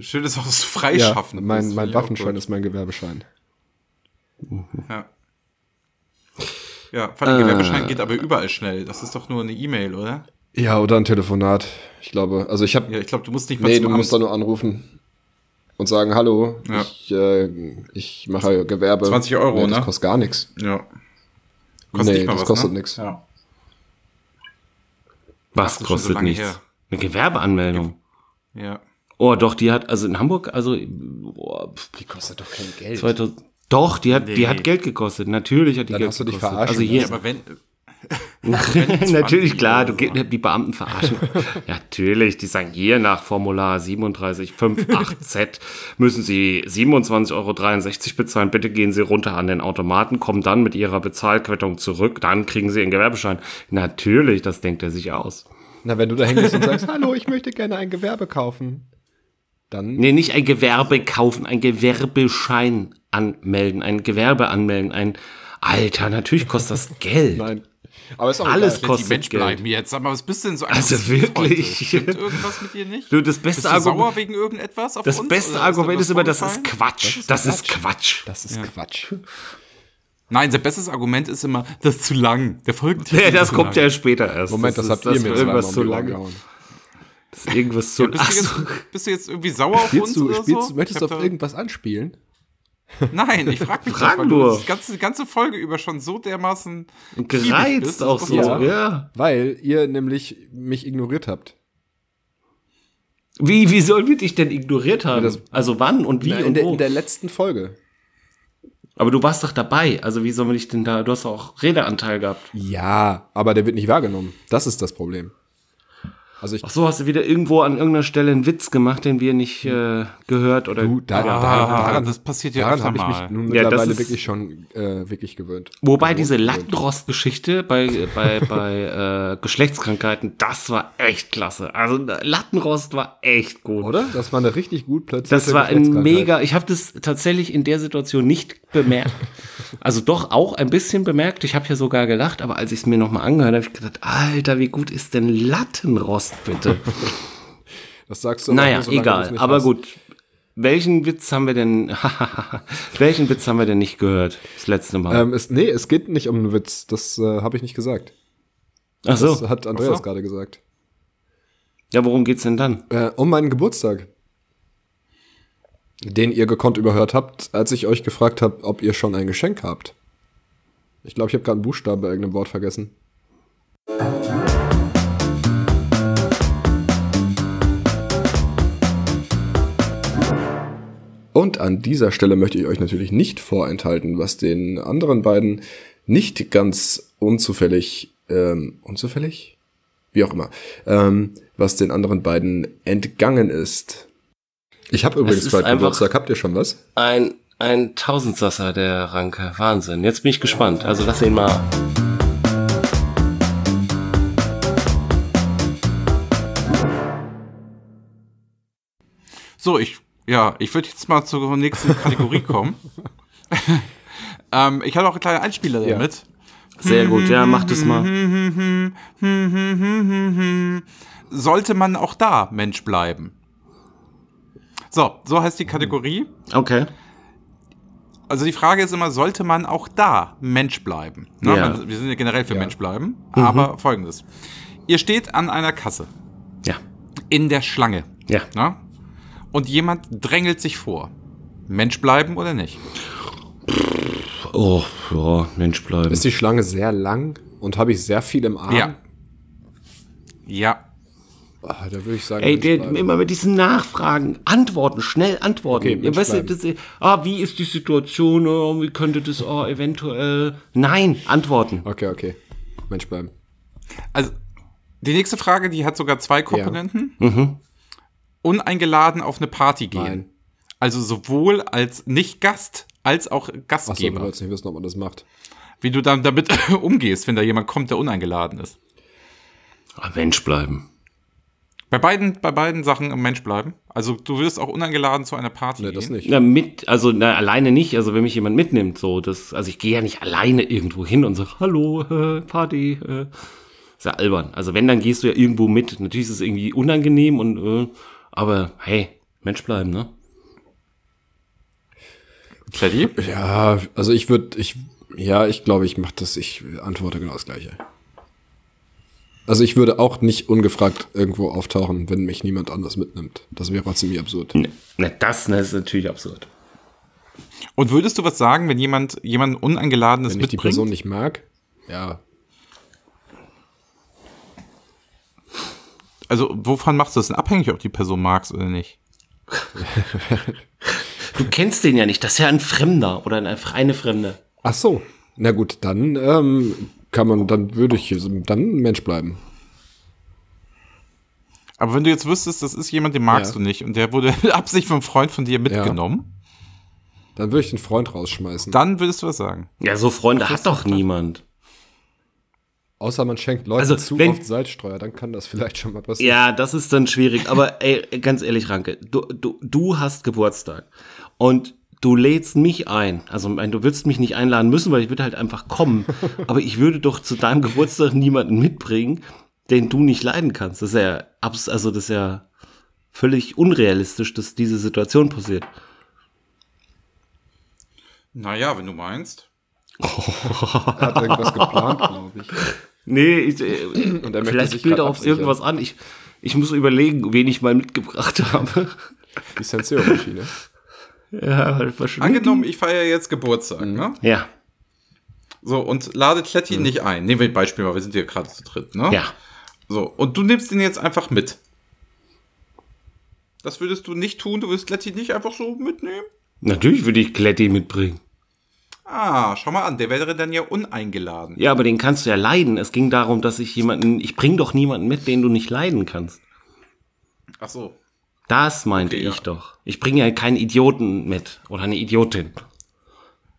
Speaker 4: Schön ist auch das
Speaker 6: Ja,
Speaker 4: Freischaffen.
Speaker 6: mein,
Speaker 4: Das
Speaker 6: mein
Speaker 5: oh
Speaker 4: finde ich auch
Speaker 6: Waffenschein
Speaker 4: gut.
Speaker 6: ist mein Gewerbeschein.
Speaker 4: Ja. Ja, vor
Speaker 6: Äh.
Speaker 4: allem Gewerbeschein geht aber überall schnell. Das ist doch nur eine E-Mail, oder?
Speaker 6: Ja, oder ein Telefonat. Ich glaube, also ich habe
Speaker 4: Ja, ich glaube, du musst nicht mal
Speaker 6: Nee,
Speaker 4: zum
Speaker 6: du musst da
Speaker 4: Amt.
Speaker 6: nur anrufen und sagen, hallo,
Speaker 4: Ja.
Speaker 6: ich, äh, ich mache Gewerbe.
Speaker 4: 20 Euro,
Speaker 6: das
Speaker 4: ne?
Speaker 6: kostet gar nichts.
Speaker 4: Ja. Kostet
Speaker 6: Nee,
Speaker 4: nicht mal
Speaker 6: das
Speaker 4: was,
Speaker 6: kostet
Speaker 4: ne?
Speaker 6: nix.
Speaker 4: Ja.
Speaker 5: Was
Speaker 4: Das ist schon so
Speaker 5: kostet
Speaker 4: lange
Speaker 5: nichts?
Speaker 4: her.
Speaker 5: Eine Gewerbeanmeldung.
Speaker 4: ja.
Speaker 5: Oh, doch, die hat, also in Hamburg, also, oh, pff,
Speaker 6: Die kostet doch kein Geld.
Speaker 5: 2000, doch, die hat,
Speaker 4: Nee.
Speaker 5: die hat Geld gekostet. Natürlich hat die
Speaker 6: Dann
Speaker 5: Geld
Speaker 6: hast du dich
Speaker 5: gekostet.
Speaker 6: verarschen
Speaker 5: also hier,
Speaker 4: Aber wenn.
Speaker 5: Natürlich, klar, du
Speaker 4: geht
Speaker 5: ge- die Beamten verarschen. Natürlich, die sagen hier nach Formular 3758Z müssen Sie 27,63 Euro bezahlen. Bitte gehen Sie runter an den Automaten, kommen dann mit Ihrer Bezahlquittung zurück, dann kriegen Sie Ihren Gewerbeschein. Natürlich, das denkt er sich aus.
Speaker 6: Na, wenn du da hängst und sagst, hallo, ich möchte gerne ein Gewerbe kaufen, dann
Speaker 5: Nee, nicht ein Gewerbe kaufen, ein Gewerbeschein anmelden, ein Gewerbe anmelden, ein Alter, natürlich kostet das Geld.
Speaker 6: nein. Aber ist auch
Speaker 5: Alles
Speaker 6: egal.
Speaker 4: Lass Oh, die
Speaker 5: kostet
Speaker 4: Mensch
Speaker 5: Geld.
Speaker 4: bleiben jetzt. Sag mal, was bist du denn so
Speaker 5: Also
Speaker 4: aggressiv heute?
Speaker 5: wirklich.
Speaker 4: Stimmt irgendwas mit dir nicht?
Speaker 5: Du, das beste
Speaker 4: bist du
Speaker 5: Argument-
Speaker 4: sauer wegen irgendetwas auf
Speaker 5: Das
Speaker 4: uns?
Speaker 5: beste
Speaker 4: Oder
Speaker 5: Argument
Speaker 4: dir
Speaker 5: ist immer, das ist
Speaker 4: vorgefallen?
Speaker 5: Quatsch. Das ist Quatsch.
Speaker 6: Das ist Quatsch.
Speaker 4: Nein, sein bestes Argument ist immer, das ist zu lang. Der folgt
Speaker 5: Nee,
Speaker 4: ist
Speaker 5: das
Speaker 4: zu
Speaker 5: kommt
Speaker 4: lang.
Speaker 5: ja später erst.
Speaker 6: Moment, das,
Speaker 5: ist-
Speaker 6: habt ihr mir
Speaker 5: war
Speaker 6: irgendwas
Speaker 5: irgendwas
Speaker 6: zu
Speaker 5: zu
Speaker 6: lang
Speaker 5: lang.
Speaker 6: gehauen.
Speaker 5: Das ist irgendwas zu lang.
Speaker 4: Bist du, jetzt, bist du jetzt irgendwie sauer auf uns
Speaker 6: Spielst du,
Speaker 4: oder
Speaker 6: spielst,
Speaker 4: so?
Speaker 6: du,
Speaker 4: Ich
Speaker 6: möchtest du
Speaker 4: hab
Speaker 6: auf
Speaker 4: da-
Speaker 6: irgendwas anspielen?
Speaker 4: Nein, ich frag mich
Speaker 5: Frag
Speaker 4: doch, weil du
Speaker 5: nur.
Speaker 4: uns die ganze, die ganze Folge über schon so dermaßen kiebig bist,
Speaker 5: Gereizt
Speaker 4: das
Speaker 5: auch
Speaker 4: muss
Speaker 5: so.
Speaker 4: man
Speaker 5: Ja.
Speaker 4: sagen.
Speaker 6: Weil ihr nämlich mich ignoriert habt.
Speaker 5: Wie, wie sollen wir dich denn ignoriert haben?
Speaker 6: Das-
Speaker 5: also wann und wie
Speaker 6: Na, in,
Speaker 5: und
Speaker 6: der,
Speaker 5: wo?
Speaker 6: in der letzten Folge.
Speaker 5: Aber du warst doch dabei. Also wie sollen wir dich denn da? Du hast auch Redeanteil gehabt.
Speaker 6: Ja, aber der wird nicht wahrgenommen. Das ist das Problem. Also ich
Speaker 5: Ach so, hast du wieder irgendwo an irgendeiner Stelle einen Witz gemacht, den wir nicht äh, gehört oder.
Speaker 6: Du, da,
Speaker 5: ja.
Speaker 6: daran,
Speaker 4: Ah,
Speaker 6: daran,
Speaker 4: das passiert ja
Speaker 6: daran
Speaker 4: öfter
Speaker 6: habe ich
Speaker 4: mal.
Speaker 6: mich nun
Speaker 5: Ja, das
Speaker 6: mittlerweile
Speaker 5: ist-
Speaker 6: wirklich schon äh, wirklich gewöhnt.
Speaker 5: Wobei diese
Speaker 6: Gewöhnt.
Speaker 5: Lattenrost-Geschichte bei, bei, bei äh, Geschlechtskrankheiten, das war echt klasse. Also Lattenrost war echt gut.
Speaker 6: Oder? Das war eine richtig gut platzierte
Speaker 5: Das war ein
Speaker 6: Geschlechtskrankheit.
Speaker 5: mega, ich habe das tatsächlich in der Situation nicht bemerkt. Also doch auch ein bisschen bemerkt. Ich habe ja sogar gelacht, aber als ich es mir nochmal angehört habe, habe ich gedacht, Alter, wie gut ist denn Lattenrost bitte?
Speaker 6: Das sagst du aber
Speaker 5: naja,
Speaker 6: nur, solange du's
Speaker 5: egal,
Speaker 6: nicht
Speaker 5: aber
Speaker 6: hast.
Speaker 5: gut. Welchen Witz haben wir denn, welchen Witz haben wir denn nicht gehört? Das letzte Mal.
Speaker 6: Ähm, es, nee, es geht nicht um einen Witz. Das äh, habe ich nicht gesagt.
Speaker 5: Ach
Speaker 6: Das
Speaker 5: so,
Speaker 6: hat Andreas gerade gesagt.
Speaker 5: ja, worum geht's denn dann?
Speaker 6: Äh, um meinen Geburtstag. Den ihr gekonnt überhört habt, als ich euch gefragt habe, ob ihr schon ein Geschenk habt. Ich glaube, ich habe gerade einen Buchstaben bei irgendeinem Wort vergessen. Und an dieser Stelle möchte ich euch natürlich nicht vorenthalten, was den anderen beiden nicht ganz unzufällig, ähm, unzufällig? Wie auch immer, ähm, was den anderen beiden entgangen ist. Ich habe übrigens
Speaker 5: ist
Speaker 6: bald
Speaker 5: einfach-
Speaker 6: Geburtstag, habt ihr schon was?
Speaker 5: Ein, ein Tausendsasser, der Ranke. Wahnsinn. Jetzt bin ich gespannt. Also lass ihn mal.
Speaker 4: So, ich, ja, ich würde jetzt mal zur nächsten Kategorie kommen. ähm, ich habe auch einen kleinen Einspieler
Speaker 6: Ja.
Speaker 4: damit.
Speaker 5: Sehr gut, ja, mach das mal.
Speaker 4: Sollte man auch da Mensch bleiben? So, so heißt die Kategorie.
Speaker 5: Okay.
Speaker 4: Also die Frage ist immer, sollte man auch da Mensch bleiben? Ne?
Speaker 5: Ja.
Speaker 4: Man, wir sind ja generell für Mensch bleiben. Aber folgendes. Ihr steht an einer Kasse,
Speaker 5: Ja.
Speaker 4: in der Schlange,
Speaker 5: Ja.
Speaker 4: ne? und jemand drängelt sich vor. Mensch bleiben oder nicht?
Speaker 5: Oh, ja, Mensch bleiben.
Speaker 6: Ist die Schlange sehr lang und habe ich sehr viel im Arm?
Speaker 4: Ja. Ja.
Speaker 6: Ah, da würde ich sagen,
Speaker 5: Ey,
Speaker 6: Mensch,
Speaker 5: der,
Speaker 6: bleiben.
Speaker 5: immer mit diesen Nachfragen, Antworten, schnell Antworten.
Speaker 6: Okay,
Speaker 5: Ihr
Speaker 6: Mensch
Speaker 5: wisst, ja,
Speaker 6: bleiben.
Speaker 5: das, ah, wie ist die Situation? Oh, wie könnte das oh, eventuell? Nein, Antworten.
Speaker 6: Okay, okay. Mensch bleiben.
Speaker 4: Also, die nächste Frage, die hat sogar zwei Komponenten. Uneingeladen auf eine Party gehen.
Speaker 6: Nein.
Speaker 4: Also sowohl als Nicht-Gast als auch
Speaker 6: Achso, du
Speaker 4: Gastgeber.
Speaker 6: wolltest nicht wissen, ob man das macht.
Speaker 4: wie du dann damit umgehst, wenn da jemand kommt, der uneingeladen ist.
Speaker 5: Ah, Mensch bleiben.
Speaker 4: Bei beiden, bei beiden Sachen im Mensch bleiben. Also du wirst auch uneingeladen zu einer Party.
Speaker 6: Nee, das
Speaker 4: gehen.
Speaker 6: nicht.
Speaker 5: Na, mit, also na, alleine nicht, also wenn mich jemand mitnimmt, so, das, also ich gehe ja nicht alleine irgendwo hin und sage, hallo, äh, Party, äh. Ist ja albern. Also wenn, dann gehst du ja irgendwo mit. Natürlich ist es irgendwie unangenehm und äh, aber hey, Mensch bleiben, ne?
Speaker 4: Teddy?
Speaker 6: Ja, also ich würde, ich, ja, ich glaube, ich mache das, ich antworte genau das Gleiche. Also ich würde auch nicht ungefragt irgendwo auftauchen, wenn mich niemand anders mitnimmt. Das wäre ziemlich absurd.
Speaker 5: Ne, ne, das ne, ist natürlich absurd.
Speaker 4: Und würdest du was sagen, wenn jemand jemand Unangeladenes
Speaker 6: Wenn ich die
Speaker 4: mitbringt?
Speaker 6: Person nicht mag, ja,
Speaker 4: also wovon machst du das denn abhängig, ob die Person magst oder nicht?
Speaker 5: Du kennst den ja nicht. Das ist ja ein Fremder oder ein- eine Fremde.
Speaker 6: Ach so. Na gut, dann ähm, kann man, dann würde ich dann Mensch bleiben.
Speaker 4: Aber wenn du jetzt wüsstest, das ist jemand, den magst
Speaker 6: Ja.
Speaker 4: du nicht und der wurde mit Absicht vom Freund von dir mitgenommen,
Speaker 6: Dann würde ich den Freund rausschmeißen.
Speaker 4: dann würdest du was sagen.
Speaker 5: Ja, so Freunde hat doch niemand.
Speaker 6: Außer man schenkt Leuten
Speaker 5: Also,
Speaker 6: zu
Speaker 5: wenn-
Speaker 6: oft Salzstreuer, dann kann das vielleicht schon mal passieren.
Speaker 5: Ja, das ist dann schwierig. Aber ey, ganz ehrlich, Ranke, du, du, du hast Geburtstag und du lädst mich ein. Also ich meine, du würdest mich nicht einladen müssen, weil ich würde halt einfach kommen. Aber ich würde doch zu deinem Geburtstag niemanden mitbringen, den du nicht leiden kannst. Das ist ja abs also das ist ja völlig unrealistisch, dass diese Situation passiert.
Speaker 4: Naja, wenn du meinst.
Speaker 6: Er hat irgendwas geplant, glaube ich.
Speaker 5: Nee, ich, äh,
Speaker 6: Und er möchte
Speaker 5: vielleicht
Speaker 6: sich
Speaker 5: spielt
Speaker 6: grad
Speaker 5: er auf
Speaker 6: absichern.
Speaker 5: irgendwas an. Ich, ich muss überlegen, wen ich mal mitgebracht habe.
Speaker 6: Die Senseo-Maschine.
Speaker 5: ja, war schon-
Speaker 4: Angenommen,
Speaker 6: Mhm.
Speaker 4: ich feiere jetzt Geburtstag, ne?
Speaker 5: Ja,
Speaker 4: So, und lade Kletti nicht ein. Nehmen wir ein Beispiel mal, wir sind hier gerade zu dritt, ne?
Speaker 5: Mhm. ja.
Speaker 4: So, und du nimmst ihn jetzt einfach mit. Das würdest du nicht tun, du würdest Kletti nicht einfach so mitnehmen?
Speaker 5: Natürlich würde ich Kletti mitbringen.
Speaker 4: Ah, schau mal an, der wäre dann ja uneingeladen.
Speaker 5: Ja, aber den kannst du ja leiden. Es ging darum, dass ich jemanden, ich bring doch niemanden mit, den du nicht leiden kannst.
Speaker 4: Ach so.
Speaker 5: Das meinte
Speaker 4: Okay, ja.
Speaker 5: ich doch. Ich bringe ja keinen Idioten mit oder eine Idiotin.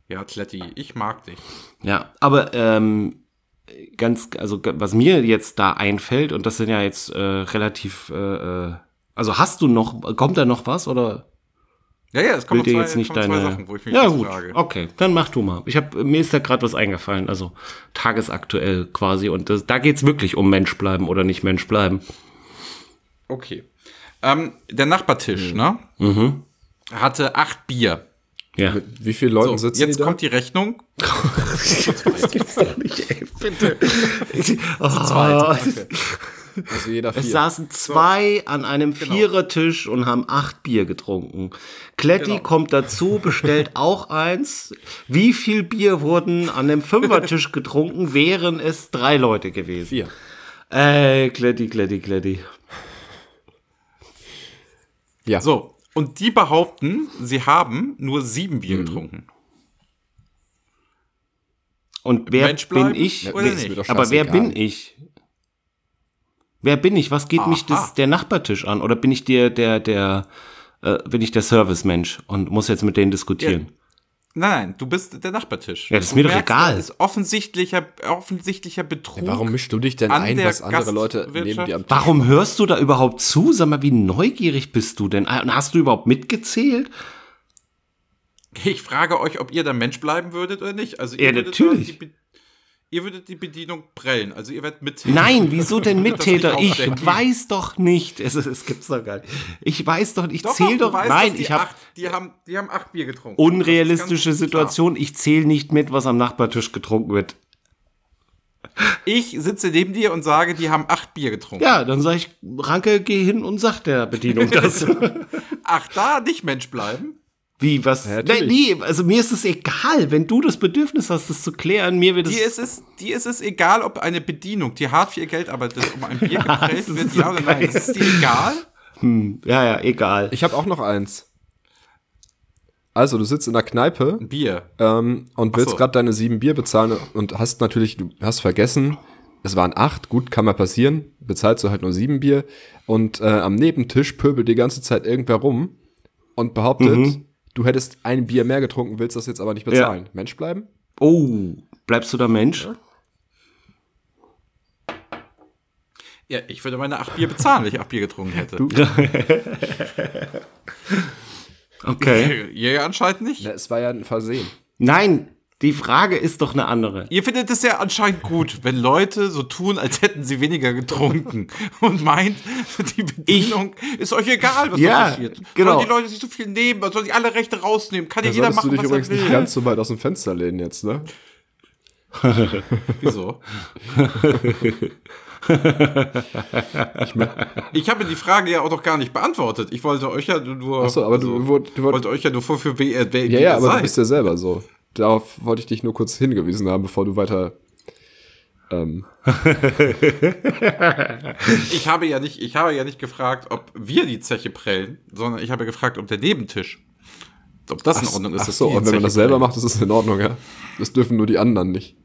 Speaker 4: Ja, Kletti, ich mag dich.
Speaker 5: Ja, aber ähm, ganz, also g- was mir jetzt da einfällt und das sind ja jetzt äh, relativ, äh, äh, also hast du noch, kommt da noch was oder
Speaker 4: Ja, ja, es
Speaker 5: will
Speaker 4: kommen
Speaker 5: dir
Speaker 4: noch zwei,
Speaker 5: jetzt nicht
Speaker 4: kommen
Speaker 5: deine?
Speaker 4: zwei Sachen, wo ich mich
Speaker 5: ja
Speaker 4: jetzt
Speaker 5: gut,
Speaker 4: frage.
Speaker 5: okay, dann mach du mal. Ich hab, mir ist da gerade was eingefallen, also tagesaktuell quasi und das, da geht's wirklich um Mensch bleiben oder nicht Mensch bleiben.
Speaker 4: Okay. Ähm, der
Speaker 5: Mhm.
Speaker 4: Nachbartisch, ne? Hatte acht Bier.
Speaker 5: Ja.
Speaker 6: Mit wie vielen Leuten
Speaker 4: So,
Speaker 6: sitzen
Speaker 4: jetzt
Speaker 6: die da?
Speaker 4: kommt die Rechnung.
Speaker 5: Oh,
Speaker 6: also jeder vier.
Speaker 5: Es saßen zwei an einem
Speaker 4: Genau.
Speaker 5: Vierertisch und haben acht Bier getrunken. Kletti
Speaker 4: Genau.
Speaker 5: kommt dazu, bestellt auch eins. Wie viel Bier wurden an dem Fünfertisch getrunken, wären es drei Leute gewesen?
Speaker 6: Vier.
Speaker 5: Äh, Kletti, Kletti, Kletti.
Speaker 6: Ja.
Speaker 4: So, und die behaupten, sie haben nur sieben
Speaker 5: Mhm.
Speaker 4: Bier getrunken.
Speaker 5: Und wer
Speaker 4: Mensch
Speaker 5: bin
Speaker 4: bleiben
Speaker 5: ich?
Speaker 4: oder
Speaker 6: Nee,
Speaker 4: nicht?
Speaker 6: ist mir doch
Speaker 5: Aber wer
Speaker 6: scheißegal.
Speaker 5: bin ich? Wer bin ich? Was geht mich das, der Nachbartisch an? Oder bin ich der, der, der, äh, bin ich der Servicemensch und muss jetzt mit denen diskutieren?
Speaker 4: Nein, du bist der Nachbartisch.
Speaker 5: Ja, das ist
Speaker 4: Du
Speaker 5: mir doch
Speaker 4: merkst,
Speaker 5: egal.
Speaker 4: Das ist offensichtlicher, offensichtlicher Betrug.
Speaker 6: Warum mischst du dich denn
Speaker 4: An
Speaker 6: ein,
Speaker 4: der
Speaker 6: was andere Leute neben
Speaker 4: Gastwirtschaft-
Speaker 6: dir am Tisch
Speaker 5: Warum hörst du da überhaupt zu? Sag mal, wie neugierig bist du denn? Ah, Und hast du überhaupt mitgezählt?
Speaker 4: Ich frage euch, ob ihr der Mensch bleiben würdet oder nicht. Also
Speaker 5: Ja,
Speaker 4: ihr würdet
Speaker 5: natürlich.
Speaker 4: die Be- Ihr würdet die Bedienung prellen, also ihr werdet Mittäter.
Speaker 5: Nein, wieso denn
Speaker 4: Ihr würdet das
Speaker 5: Mittäter?
Speaker 4: nicht
Speaker 5: Ich
Speaker 4: aufdecken.
Speaker 5: weiß doch nicht. Es, es gibt's doch gar nicht. Ich weiß doch, ich
Speaker 4: Doch,
Speaker 5: zähle
Speaker 4: doch,
Speaker 5: doch.
Speaker 4: du weißt,
Speaker 5: nein,
Speaker 4: dass die
Speaker 5: ich habe
Speaker 4: acht- Die haben, die haben acht Bier getrunken.
Speaker 5: unrealistische
Speaker 4: Das ist ganz klar.
Speaker 5: Situation. Ich zähle nicht mit, was am Nachbartisch getrunken wird.
Speaker 4: Ich sitze neben dir und sage, die haben acht Bier getrunken.
Speaker 5: Ja, dann sage ich, Ranke, geh hin und sag der Bedienung das.
Speaker 4: Ach, da nicht Mensch bleiben.
Speaker 5: Wie, was? Nein, nee, also mir ist es egal, wenn du das Bedürfnis hast, das zu klären, mir wird es.
Speaker 4: Dir ist, es, dir ist es egal, ob eine Bedienung, die hart für ihr Geld arbeitet, um ein Bier geprellt
Speaker 5: das
Speaker 4: wird,
Speaker 5: ist
Speaker 4: ja
Speaker 5: so
Speaker 4: oder nein.
Speaker 5: geil.
Speaker 4: Das ist dir egal.
Speaker 5: ja, ja, egal.
Speaker 6: Ich habe auch noch eins. Also, du sitzt in der Kneipe
Speaker 4: Bier.
Speaker 6: ähm, und willst
Speaker 4: so.
Speaker 6: gerade deine sieben Bier bezahlen und hast natürlich, du hast vergessen, es waren acht, gut, kann mal passieren, bezahlst du halt nur sieben Bier und äh, am Nebentisch pöbelt die ganze Zeit irgendwer rum und behauptet,
Speaker 4: Mhm.
Speaker 6: du hättest ein Bier mehr getrunken, willst das jetzt aber nicht bezahlen. Mensch bleiben?
Speaker 5: Oh, bleibst du da Mensch?
Speaker 4: Ja, ich würde meine acht Bier bezahlen, wenn ich acht Bier getrunken hätte.
Speaker 5: Okay.
Speaker 4: Äh, Ihr anscheinend nicht.
Speaker 6: Ja, es war ja ein Versehen.
Speaker 5: Nein, Die Frage ist doch eine andere.
Speaker 4: Ihr findet es ja anscheinend gut, wenn Leute so tun, als hätten sie weniger getrunken und meint, die Bedienung ist euch egal, was
Speaker 5: Ja,
Speaker 4: da passiert.
Speaker 5: genau.
Speaker 4: Sollen die Leute sich so viel nehmen, sollen die alle Rechte rausnehmen? Kann ja
Speaker 6: Da
Speaker 4: jeder
Speaker 6: solltest Also du
Speaker 4: machen, was
Speaker 6: dich
Speaker 4: er
Speaker 6: übrigens
Speaker 4: will.
Speaker 6: nicht ganz so weit aus dem Fenster lehnen jetzt, ne?
Speaker 4: Wieso? ich habe die Frage ja auch noch gar nicht beantwortet. Ich wollte euch ja nur.
Speaker 6: Ach so, aber
Speaker 4: Also,
Speaker 6: du- du wollt- du wollt-
Speaker 4: wollte euch ja nur vorführen, wer, ihr- wer
Speaker 6: Ja,
Speaker 4: ihr
Speaker 6: ja, aber du
Speaker 4: seid.
Speaker 6: bist ja selber so. Darauf wollte ich dich nur kurz hingewiesen haben, bevor du weiter. Ähm,
Speaker 4: ich habe ja nicht, ich habe ja nicht gefragt, ob wir die Zeche prellen, sondern ich habe gefragt, ob der Nebentisch, ob das in Ordnung ist.
Speaker 6: ach
Speaker 4: dass
Speaker 6: so,
Speaker 4: die
Speaker 6: und wenn man
Speaker 4: Zeche
Speaker 6: das selber
Speaker 4: prellen.
Speaker 6: macht, ist es in Ordnung, ja? Das dürfen nur die anderen nicht.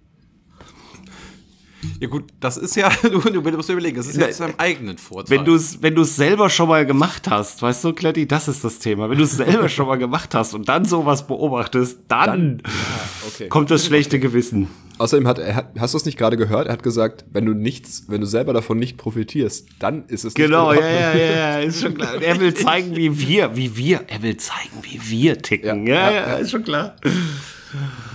Speaker 4: Ja gut, das ist ja, du, du musst dir überlegen, das ist ja
Speaker 5: Na,
Speaker 4: zu
Speaker 6: äh,
Speaker 4: deinem eigenen Vorteil.
Speaker 5: Wenn du es wenn du's selber schon mal gemacht hast, weißt du, Kletti, das ist das Thema. Wenn du es selber schon mal gemacht hast und dann sowas beobachtest, dann, kommt das schlechte Gewissen.
Speaker 6: Außerdem hat er, hat- hast du es nicht gerade gehört? Er hat gesagt, wenn du nichts, wenn du selber davon nicht profitierst, dann ist es
Speaker 5: Genau,
Speaker 6: nicht in
Speaker 5: ja,
Speaker 6: Ordnung.
Speaker 5: ja, ja, ja, ist schon klar. Und er will zeigen, wie wir, wie wir, er will zeigen, wie wir ticken. Ja, ja,
Speaker 6: Ja,
Speaker 5: ist schon klar.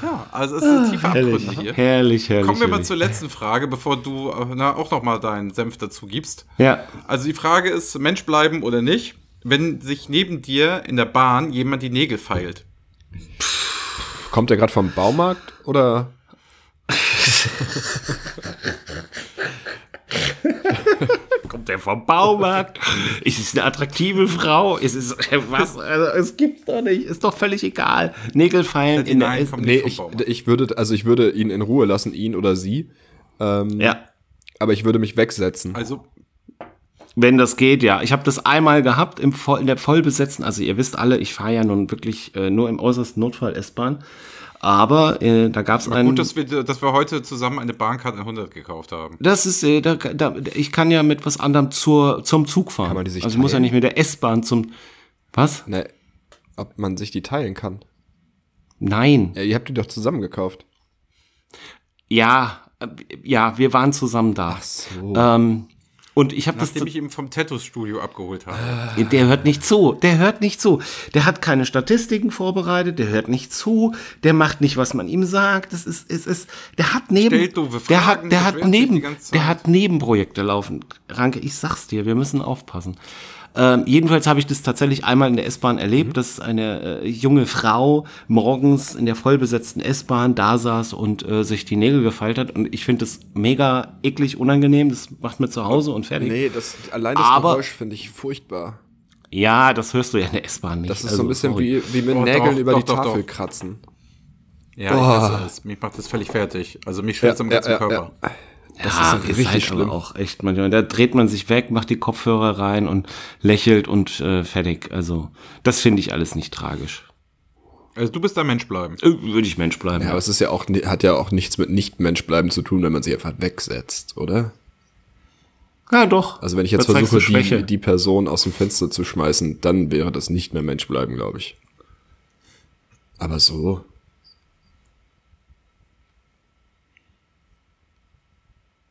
Speaker 4: ja, also es ist eine
Speaker 6: Ah,
Speaker 4: tiefe Abgründe hier.
Speaker 5: Herrlich, herrlich.
Speaker 4: Kommen wir mal
Speaker 5: herrlich.
Speaker 4: zur letzten Frage, bevor du äh, na, auch noch mal deinen Senf dazu gibst.
Speaker 5: Ja,
Speaker 4: Also die Frage ist, Mensch bleiben oder nicht, wenn sich neben dir in der Bahn jemand die Nägel feilt.
Speaker 6: Kommt er gerade vom Baumarkt oder?
Speaker 5: kommt er vom Baumarkt? Ist es eine attraktive Frau? Ist es was? Also, es gibt's doch nicht. Ist doch völlig egal. Nägelfeilen in der
Speaker 4: kommt
Speaker 6: Nee,
Speaker 4: nicht
Speaker 6: ich,
Speaker 4: vom Baumarkt.
Speaker 6: ich würde, also ich würde ihn in Ruhe lassen, ihn oder sie,
Speaker 5: Ja.
Speaker 6: aber ich würde mich wegsetzen.
Speaker 4: Also
Speaker 5: Wenn das geht, ja. Ich habe das einmal gehabt im Voll, in der Vollbesetzten. Also ihr wisst alle, ich fahre ja nun wirklich äh, nur im äußersten Notfall S-Bahn. Aber äh, da gab's einen.
Speaker 4: gut, dass wir, dass wir heute zusammen eine Bahnkarte in 100 gekauft haben.
Speaker 5: Das ist, äh, da, da, ich kann ja mit was anderem zur, zum Zug fahren.
Speaker 6: Kann man die sich
Speaker 5: also ich muss ja
Speaker 6: teilen?
Speaker 5: nicht mit der S-Bahn zum. Was?
Speaker 6: Ne, ob man sich die teilen kann.
Speaker 5: Nein.
Speaker 6: Ja, ihr habt die doch zusammen gekauft.
Speaker 5: Ja, äh, ja, wir waren zusammen da.
Speaker 6: So.
Speaker 5: Ähm, und ich habe das. Ah.
Speaker 4: Nachdem ich ihn vom Tattoo-Studio abgeholt habe.
Speaker 5: Der hört nicht zu. Der hört nicht zu. Der hat keine Statistiken vorbereitet. Der hört nicht zu. Der macht nicht, was man ihm sagt. Das ist, es ist, der hat neben,
Speaker 4: Stellt doofe
Speaker 5: der
Speaker 4: Fragen,
Speaker 5: hat, der hat
Speaker 4: beschwert sich die
Speaker 5: neben,
Speaker 4: ganze Zeit.
Speaker 5: der hat Nebenprojekte laufen. Ranke, ich sag's dir, wir müssen aufpassen. Ähm, jedenfalls habe ich das tatsächlich einmal in der S-Bahn
Speaker 4: Mhm.
Speaker 5: erlebt, dass eine äh, junge Frau morgens in der vollbesetzten S-Bahn da saß und äh, sich die Nägel gefeilt hat. Und ich finde das mega eklig, unangenehm. Das macht mir zu Hause und fertig.
Speaker 6: Nee, das, allein das
Speaker 5: Aber-
Speaker 6: Geräusch finde ich furchtbar.
Speaker 5: Ja, das hörst du ja in der S-Bahn nicht.
Speaker 6: Das ist so
Speaker 5: Also,
Speaker 6: ein bisschen
Speaker 5: sorry.
Speaker 6: wie, wie mit
Speaker 4: Oh,
Speaker 6: Nägeln
Speaker 4: doch,
Speaker 6: über
Speaker 4: doch,
Speaker 6: die
Speaker 4: doch,
Speaker 6: Tafel
Speaker 4: doch.
Speaker 6: kratzen.
Speaker 4: Ja, ich hasse es. Mich macht das völlig fertig. Also mich schwitzt
Speaker 6: Ja,
Speaker 4: am
Speaker 6: ja,
Speaker 4: ganzen
Speaker 6: ja,
Speaker 4: Körper.
Speaker 6: ja.
Speaker 5: Das ja,
Speaker 6: ist
Speaker 5: ist,
Speaker 6: richtig
Speaker 5: halt
Speaker 6: schlimm.
Speaker 5: aber auch echt manchmal. Da dreht man sich weg, macht die Kopfhörer rein und lächelt und äh, fertig. Also das finde ich alles nicht tragisch.
Speaker 4: Also du bist ein Mensch bleiben.
Speaker 5: Äh, Würde ich Mensch bleiben.
Speaker 6: Ja, aber es ist ja auch, ni- hat ja auch nichts mit Nicht-Mensch-Bleiben zu tun, wenn man sich einfach wegsetzt, oder?
Speaker 5: Ja, doch.
Speaker 6: Also wenn ich jetzt
Speaker 5: Da zeigst du
Speaker 6: versuche, die,
Speaker 5: Schwäche.
Speaker 6: die Person aus dem Fenster zu schmeißen, dann wäre das nicht mehr Mensch-Bleiben, glaube ich. Aber so.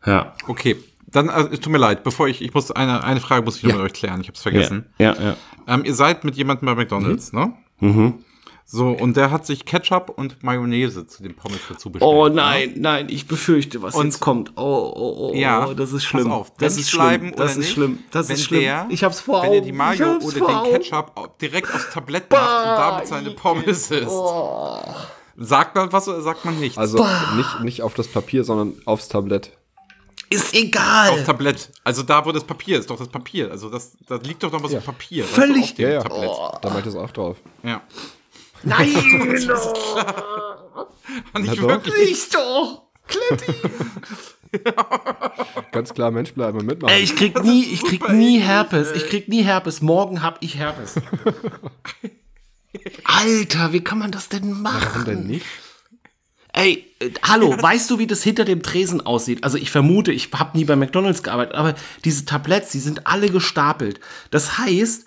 Speaker 5: ja.
Speaker 4: Okay, dann also, es tut mir leid, bevor ich, ich muss eine, eine Frage muss ich noch mit euch klären. Ich habe es
Speaker 5: ja,
Speaker 4: vergessen.
Speaker 5: ja, ja. Mhm.
Speaker 4: Ähm, ihr seid mit jemandem bei McDonald's, ne? So und der hat sich Ketchup und Mayonnaise zu den Pommes dazu bestellt.
Speaker 5: Oh
Speaker 4: ne?
Speaker 5: nein, nein, ich befürchte, was
Speaker 4: Und-
Speaker 5: jetzt kommt. Oh, oh, oh,
Speaker 4: Ja,
Speaker 5: oh, das ist schlimm.
Speaker 4: Pass auf,
Speaker 5: das
Speaker 4: Mensch
Speaker 5: ist
Speaker 4: bleiben
Speaker 5: schlimm.
Speaker 4: oder
Speaker 5: Das ist
Speaker 4: nicht,
Speaker 5: schlimm. Das
Speaker 4: wenn
Speaker 5: ist schlimm.
Speaker 4: Der,
Speaker 5: ich hab's vor
Speaker 4: Wenn
Speaker 5: Augen.
Speaker 4: er die Mayo
Speaker 5: ich hab's
Speaker 4: oder
Speaker 5: vor
Speaker 4: den
Speaker 5: Augen.
Speaker 4: Ketchup au- direkt aufs Tablett macht und damit seine Pommes isst.
Speaker 5: oh.
Speaker 4: Sagt man was oder sagt man nichts?
Speaker 6: Also nicht, nicht auf das Papier, sondern aufs Tablett.
Speaker 5: Ist egal.
Speaker 4: Aufs Tablett. Also da, wo das Papier ist, doch das Papier. Also das, da liegt doch noch was auf Papier. weißt du,
Speaker 5: Völlig-
Speaker 4: auf dem
Speaker 6: Ja, ja.
Speaker 4: Tablett.
Speaker 6: Da meint es auch drauf.
Speaker 4: Ja.
Speaker 5: Nein,
Speaker 4: Nicht
Speaker 6: doch.
Speaker 4: wirklich.
Speaker 5: nicht doch. Kletti.
Speaker 6: Ganz klar Mensch-Bleiben und mitmachen.
Speaker 5: Ey, ich krieg nie, ich krieg nie Herpes. Ich krieg nie Herpes. Morgen hab ich Herpes. Alter, wie kann man das denn machen?
Speaker 6: denn nicht?
Speaker 5: Ey, äh, hallo, weißt du, wie das hinter dem Tresen aussieht? Also ich vermute, ich habe nie bei McDonald's gearbeitet, aber diese Tabletts, die sind alle gestapelt. Das heißt,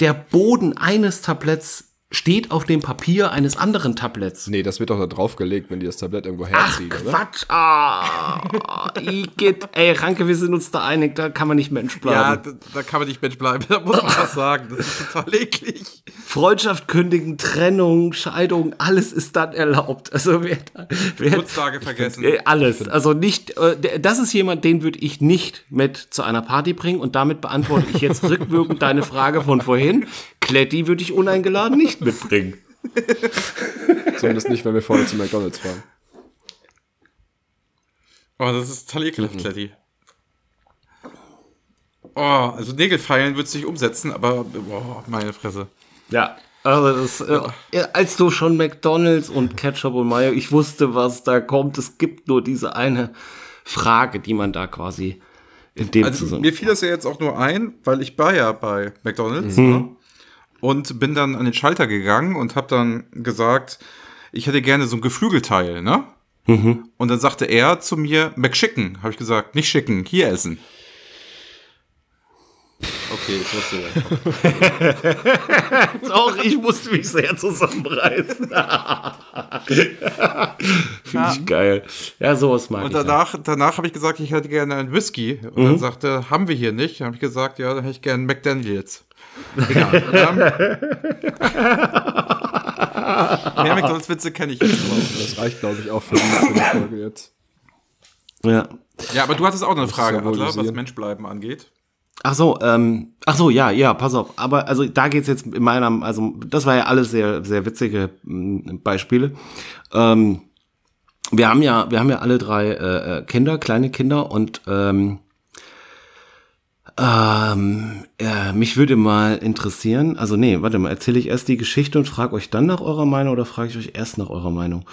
Speaker 5: der Boden eines Tabletts steht auf dem Papier eines anderen Tabletts.
Speaker 6: Nee, das wird doch da draufgelegt, wenn die das Tablett irgendwo
Speaker 5: Ach,
Speaker 6: herziehen, oder?
Speaker 5: Quatsch. Ah, Igitt. Ey, Ranke, wir sind uns da einig, da kann man nicht Mensch bleiben.
Speaker 4: Ja, da, da kann man nicht Mensch bleiben. Da muss man was sagen. Das ist total eklig.
Speaker 5: Freundschaft kündigen, Trennung, Scheidung, alles ist dann erlaubt. Also wer, wer
Speaker 4: Geburtstage vergessen.
Speaker 5: Äh, Alles. Also nicht, äh, der- das ist jemand, den würde ich nicht mit zu einer Party bringen und damit beantworte ich jetzt rückwirkend deine Frage von vorhin. Kletti würde ich uneingeladen nicht mitbringen.
Speaker 6: Zumindest nicht, wenn wir vorher zu McDonalds fahren.
Speaker 4: Oh, das ist total
Speaker 5: Mhm.
Speaker 4: ekelhaft, Kletti. Oh, also Nägelfeilen würdest du nicht umsetzen, aber boah, meine Fresse.
Speaker 5: Ja. Also das, äh, als du schon McDonalds und Ketchup und Mayo, ich wusste, was da kommt. Es gibt nur diese eine Frage, die man da quasi in dem
Speaker 4: Also
Speaker 5: Zusammenhang.
Speaker 4: mir fiel das ja jetzt auch nur ein, weil ich war ja bei McDonalds ne? und bin dann an den Schalter gegangen und habe dann gesagt, ich hätte gerne so ein Geflügelteil, ne? Und dann sagte er zu mir, McChicken, habe ich gesagt, nicht schicken, hier essen. Okay, ich wusste ja.
Speaker 5: Auch ich musste mich sehr zusammenreißen. Finde ich geil. Ja, sowas mag
Speaker 4: Und
Speaker 5: ich. auch.
Speaker 4: danach, danach habe ich gesagt, ich hätte gerne einen Whisky. Und dann sagte, er, haben wir hier nicht. Dann habe ich gesagt, ja, dann hätte ich gerne einen McDaniels. Egal. Und dann- Mehr McDonalds-Witze kenne ich jetzt nicht.
Speaker 6: Das reicht, glaube ich, auch für die, für die Folge jetzt.
Speaker 5: Ja.
Speaker 4: Ja, aber du hattest auch eine Frage,
Speaker 6: ja wohl
Speaker 4: Adler, was
Speaker 6: gesehen.
Speaker 4: Menschbleiben angeht.
Speaker 5: Ach so, ähm, ach so, ja, ja, pass auf. Aber also da geht's jetzt in meiner, also das war ja alles sehr, sehr witzige mh, Beispiele. Ähm, wir haben ja, wir haben ja alle drei äh, äh, Kinder, kleine Kinder und ähm, ähm, äh, mich würde mal interessieren, also nee, warte mal, erzähle ich erst die Geschichte und frage euch dann nach eurer Meinung oder frage ich euch erst nach eurer Meinung?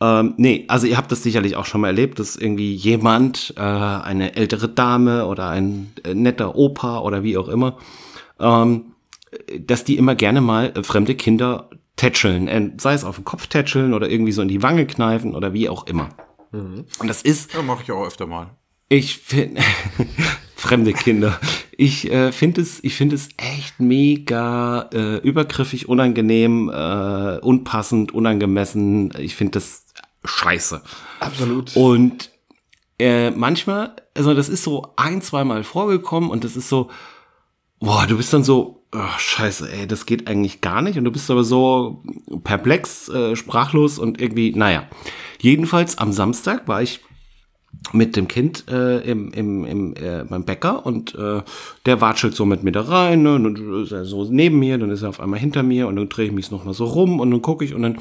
Speaker 5: Ähm, nee, also ihr habt das sicherlich auch schon mal erlebt, dass irgendwie jemand, äh, eine ältere Dame oder ein äh, netter Opa oder wie auch immer, ähm, dass die immer gerne mal äh, fremde Kinder tätscheln, äh, sei es auf den Kopf tätscheln oder irgendwie so in die Wange kneifen oder wie auch immer. Und das ist
Speaker 4: Ja, mache ich auch öfter mal.
Speaker 5: ich finde fremde Kinder. Ich äh, finde es, ich finde es echt mega äh, übergriffig, unangenehm, äh, unpassend, unangemessen. Ich finde das scheiße.
Speaker 6: Absolut.
Speaker 5: Und äh, manchmal, also das ist so ein, zweimal vorgekommen und das ist so, boah, du bist dann so, oh, scheiße, ey, das geht eigentlich gar nicht. Und du bist aber so perplex, äh, sprachlos und irgendwie, naja. Jedenfalls am Samstag war ich mit dem Kind äh, im, im, im, äh, beim Bäcker und äh, der watschelt so mit mir da rein ne, und dann ist er so neben mir, dann ist er auf einmal hinter mir und dann drehe ich mich noch mal so rum und dann gucke ich und dann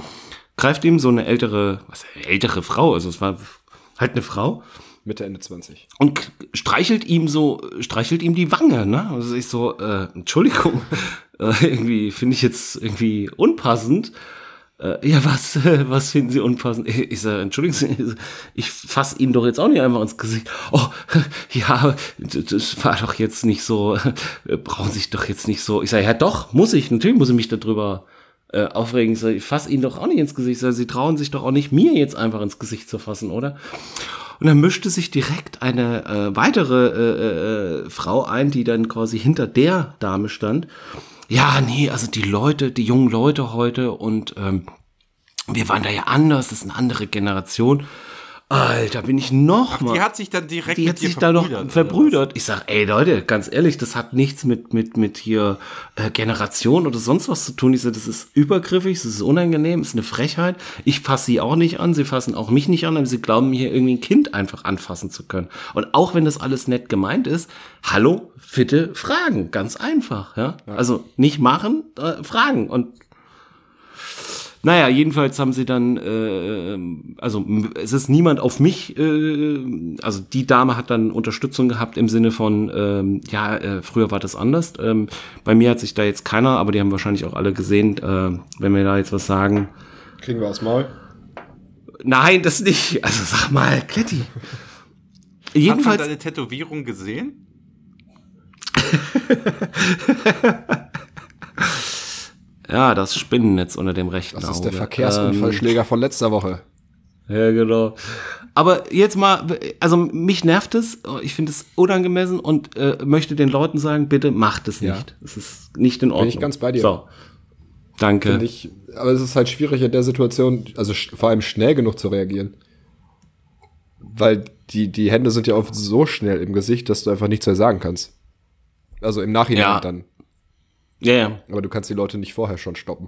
Speaker 5: greift ihm so eine ältere, was ältere Frau, also es war halt eine Frau,
Speaker 6: Mitte, Ende 20.
Speaker 5: und k- streichelt ihm so, streichelt ihm die Wange, ne? Also ich so, äh, Entschuldigung, äh, irgendwie finde ich jetzt irgendwie unpassend. Äh, ja, was, äh, was finden Sie unpassend? Ich, ich sage, Entschuldigen Sie, ich fasse Ihnen doch jetzt auch nicht einfach ins Gesicht. Oh, ja, d- das war doch jetzt nicht so, äh, brauchen Sie sich doch jetzt nicht so. Ich sage, ja doch, muss ich, natürlich muss ich mich darüber äh, aufregen. Ich, sag, ich fasse Ihnen doch auch nicht ins Gesicht. Ich sag, Sie trauen sich doch auch nicht, mir jetzt einfach ins Gesicht zu fassen, oder? Und dann mischte sich direkt eine äh, weitere äh, äh, Frau ein, die dann quasi hinter der Dame stand. Ja, nee, also die Leute, die jungen Leute heute und ähm, wir waren da ja anders, das ist eine andere Generation. Alter, bin ich noch mal.
Speaker 4: Die hat sich dann direkt
Speaker 5: Die
Speaker 4: mit
Speaker 5: hat
Speaker 4: dir
Speaker 5: sich da noch
Speaker 4: oder was?
Speaker 5: verbrüdert. Ich sag, ey Leute, ganz ehrlich, das hat nichts mit mit mit hier äh, Generation oder sonst was zu tun. Ich sag, das ist übergriffig, das ist unangenehm, ist eine Frechheit. Ich fasse sie auch nicht an, sie fassen auch mich nicht an, aber sie glauben mir hier irgendwie ein Kind einfach anfassen zu können. Und auch wenn das alles nett gemeint ist, hallo, bitte fragen, ganz einfach, ja? Also nicht machen, äh, fragen und naja, jedenfalls haben sie dann, äh, also m- es ist niemand auf mich, äh, also die Dame hat dann Unterstützung gehabt im Sinne von, ähm, ja, äh, früher war das anders. Ähm, bei mir hat sich da jetzt keiner, aber die haben wahrscheinlich auch alle gesehen, äh, wenn wir da jetzt was sagen.
Speaker 6: Kriegen wir aus Maul.
Speaker 5: Nein, das nicht. Also sag mal, Kletti.
Speaker 4: Hat man
Speaker 5: Jedenfalls,
Speaker 4: deine Tätowierung gesehen?
Speaker 5: ja, das Spinnennetz unter dem rechten
Speaker 6: Das
Speaker 5: Auge. Ähm,
Speaker 6: ist der Verkehrsunfallschläger von letzter Woche.
Speaker 5: Ja, genau. Aber jetzt mal, also mich nervt es, ich finde es unangemessen und äh, möchte den Leuten sagen, bitte macht es
Speaker 6: Ja.
Speaker 5: nicht. Es ist nicht in Ordnung.
Speaker 6: ich ganz bei dir.
Speaker 5: So. Danke.
Speaker 6: Finde ich, aber es ist halt schwierig in der Situation, also sch- vor allem schnell genug zu reagieren. Weil die, die Hände sind ja oft so schnell im Gesicht, dass du einfach nichts mehr sagen kannst. Also im Nachhinein
Speaker 5: Ja.
Speaker 6: dann.
Speaker 5: Ja, ja.
Speaker 6: Aber du kannst die Leute nicht vorher schon stoppen.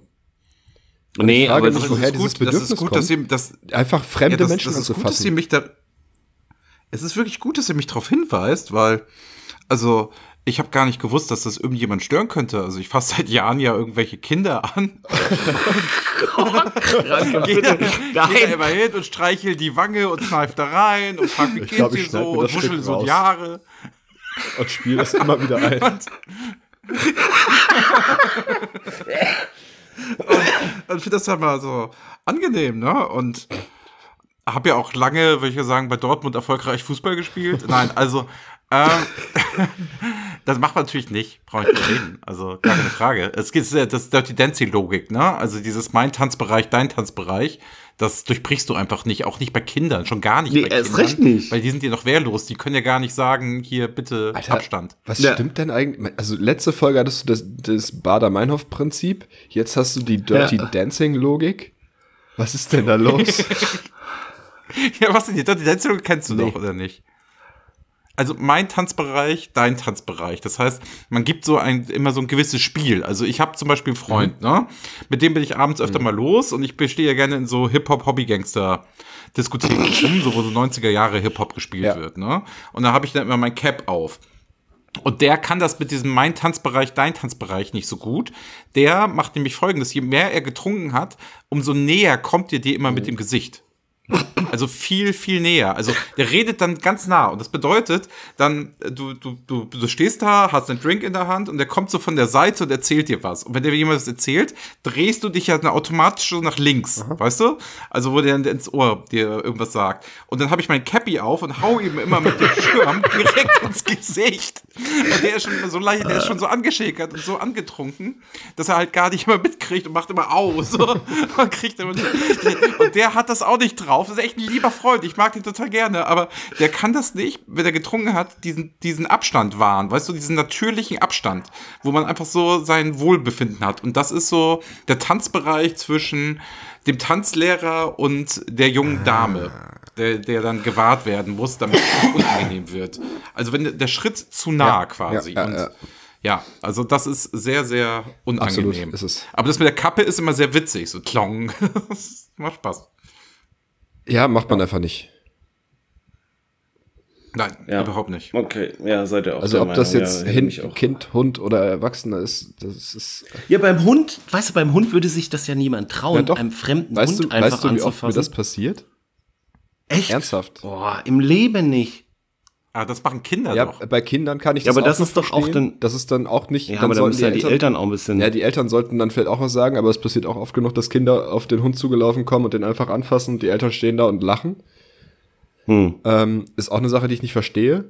Speaker 5: Nee,
Speaker 6: Frage
Speaker 5: aber
Speaker 6: ist,
Speaker 5: das ist,
Speaker 6: woher dieses
Speaker 4: das ist
Speaker 6: Bedürfnis
Speaker 4: gut, dass
Speaker 6: kommt.
Speaker 4: ihr, dass,
Speaker 6: Einfach fremde
Speaker 4: ja, das,
Speaker 6: Menschen
Speaker 4: das ist gut, dass ihr
Speaker 6: anzufassen.
Speaker 4: mich da. Es ist wirklich gut, dass ihr mich darauf hinweist, weil, also, ich habe gar nicht gewusst, dass das irgendjemand stören könnte. Also, ich fasse seit Jahren ja irgendwelche Kinder an.
Speaker 6: Also,
Speaker 4: Geh da, geh da immer hin und streichel die Wange und kneift da rein und fragt, wie
Speaker 6: Ich glaub,
Speaker 4: geht's dir
Speaker 6: ich schneid
Speaker 4: so
Speaker 6: mir
Speaker 4: und
Speaker 6: das
Speaker 4: wuschel
Speaker 6: Stück
Speaker 4: so
Speaker 6: raus.
Speaker 4: die Haare.
Speaker 6: und spiel das immer wieder ein.
Speaker 4: Und, und ich finde das ja mal so angenehm, ne? Und habe ja auch lange, würde ich ja sagen, bei Dortmund erfolgreich Fußball gespielt. Nein, also ähm, das macht man natürlich nicht, brauche ich nicht reden. Also gar keine Frage. Es geht sehr- das ist Dirty Dancing-Logik, ne? Also dieses mein Tanzbereich, dein Tanzbereich, das durchbrichst du einfach nicht, auch nicht bei Kindern, schon gar nicht
Speaker 5: Nee,
Speaker 4: bei
Speaker 5: erst
Speaker 4: Kindern.
Speaker 5: recht nicht.
Speaker 4: Weil die sind ja noch wehrlos, die können ja gar nicht sagen, hier bitte Abstand.
Speaker 6: Was
Speaker 5: Ja.
Speaker 6: stimmt denn eigentlich? Also letzte Folge hattest du das, das Bader-Meinhof-Prinzip, jetzt hast du die Dirty
Speaker 5: Ja.
Speaker 6: Dancing-Logik. Was ist denn da los?
Speaker 4: Ja, was denn die Dirty Dancing Logik kennst du
Speaker 6: Nee.
Speaker 4: doch, oder nicht? Also mein Tanzbereich, dein Tanzbereich. Das heißt, man gibt so ein immer so ein gewisses Spiel. Also ich habe zum Beispiel einen
Speaker 6: Mhm.
Speaker 4: Freund, ne? Mit dem bin ich abends öfter mal los und ich bestehe ja gerne in so Hip-Hop-Hobby-Gangster-Diskotheken rum, so wo so 90er Jahre Hip-Hop gespielt
Speaker 6: Ja.
Speaker 4: wird, ne? Und da habe ich dann immer mein Cap auf. Und der kann das mit diesem Mein Tanzbereich, Dein Tanzbereich nicht so gut. Der macht nämlich folgendes: Je mehr er getrunken hat, umso näher kommt ihr dir immer
Speaker 6: Mhm.
Speaker 4: mit dem Gesicht. Also viel, viel näher. Also der redet dann ganz nah. Und das bedeutet, dann, äh, du, du, du, du stehst da, hast einen Drink in der Hand und der kommt so von der Seite und erzählt dir was. Und wenn dir jemand was erzählt, drehst du dich ja dann automatisch so nach links, weißt du? Also wo der dann ins Ohr dir irgendwas sagt. Und dann habe ich mein Cappy auf und hau ihm immer mit dem Schirm direkt ins Gesicht. Und der ist schon so leicht, der ist schon so angeschäkert und so angetrunken, dass er halt gar nicht mehr mitkriegt und macht immer au. So. Und, kriegt immer so, und der hat das auch nicht drauf. Das ist echt ein lieber Freund. Ich mag den total gerne. Aber der kann das nicht, wenn er getrunken hat, diesen, diesen Abstand wahren. Weißt du, diesen natürlichen Abstand, wo man einfach so sein Wohlbefinden hat. Und das ist so der Tanzbereich zwischen dem Tanzlehrer und der
Speaker 6: Ah.
Speaker 4: jungen Dame. Der, der dann gewahrt werden muss, damit es nicht unangenehm wird. Also wenn der- der Schritt zu nah quasi.
Speaker 6: ja,
Speaker 4: und
Speaker 6: ja.
Speaker 4: ja, also das ist sehr, sehr unangenehm.
Speaker 6: Absolut, ist es.
Speaker 4: Aber das mit der Kappe ist immer sehr witzig, so klong. Das Macht Spaß.
Speaker 6: ja, macht man einfach nicht.
Speaker 4: Nein,
Speaker 7: Ja.
Speaker 4: überhaupt nicht.
Speaker 7: Okay, ja, seid ihr auch
Speaker 6: Also
Speaker 7: der
Speaker 6: ob das
Speaker 7: Meinung,
Speaker 6: jetzt
Speaker 7: ja, hätte
Speaker 6: Hin-
Speaker 7: mich auch.
Speaker 6: Kind, Hund oder Erwachsener ist, das ist.
Speaker 5: ja, beim Hund, weißt du, beim Hund würde sich das ja niemand trauen,
Speaker 6: Ja, doch.
Speaker 5: einem fremden
Speaker 6: weißt
Speaker 5: Hund
Speaker 6: du,
Speaker 5: einfach
Speaker 6: weißt du, wie oft mir
Speaker 5: anzufassen.
Speaker 6: das passiert?
Speaker 5: Echt?
Speaker 6: Ernsthaft?
Speaker 5: Boah, im Leben nicht.
Speaker 4: Ah, das machen Kinder
Speaker 6: Ja,
Speaker 4: doch.
Speaker 6: bei Kindern kann ich
Speaker 5: Ja,
Speaker 6: das
Speaker 5: aber das
Speaker 6: noch
Speaker 5: ist doch auch
Speaker 6: verstehen.
Speaker 5: dann-
Speaker 6: Das ist dann auch nicht.
Speaker 5: Ja, aber da
Speaker 6: sollten
Speaker 5: müssen ja die Eltern auch ein bisschen.
Speaker 6: Ja, die Eltern sollten dann vielleicht auch was sagen, aber es passiert auch oft genug, dass Kinder auf den Hund zugelaufen kommen und den einfach anfassen und die Eltern stehen da und lachen.
Speaker 5: Hm.
Speaker 6: Ähm, ist auch eine Sache, die ich nicht verstehe.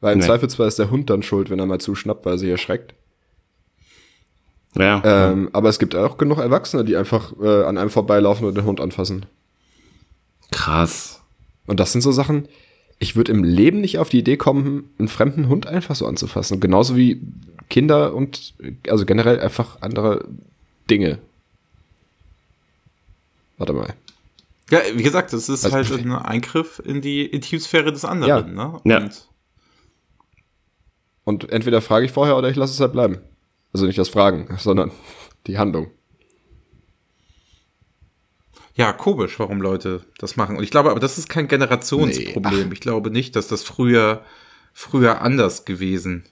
Speaker 6: Weil im
Speaker 5: Nee.
Speaker 6: Zweifelsfall ist der Hund dann schuld, wenn er mal zuschnappt, weil er sich erschreckt.
Speaker 5: ja.
Speaker 6: Ähm, aber es gibt auch genug Erwachsene, die einfach äh, an einem vorbeilaufen und den Hund anfassen.
Speaker 5: Krass.
Speaker 6: Und das sind so Sachen, ich würde im Leben nicht auf die Idee kommen, einen fremden Hund einfach so anzufassen. Und Genauso wie Kinder und äh, also generell einfach andere Dinge. Warte mal.
Speaker 4: Ja, wie gesagt, das ist
Speaker 6: Also-
Speaker 4: halt ein Eingriff in die Intimsphäre des anderen. Ne?
Speaker 5: Ja.
Speaker 4: Und
Speaker 6: Und entweder frage ich vorher oder ich lasse es halt bleiben. Also nicht das Fragen, sondern die Handlung.
Speaker 4: ja, komisch, warum Leute das machen. Und ich glaube, aber das ist kein Generationsproblem. ich glaube nicht, dass das früher, früher anders gewesen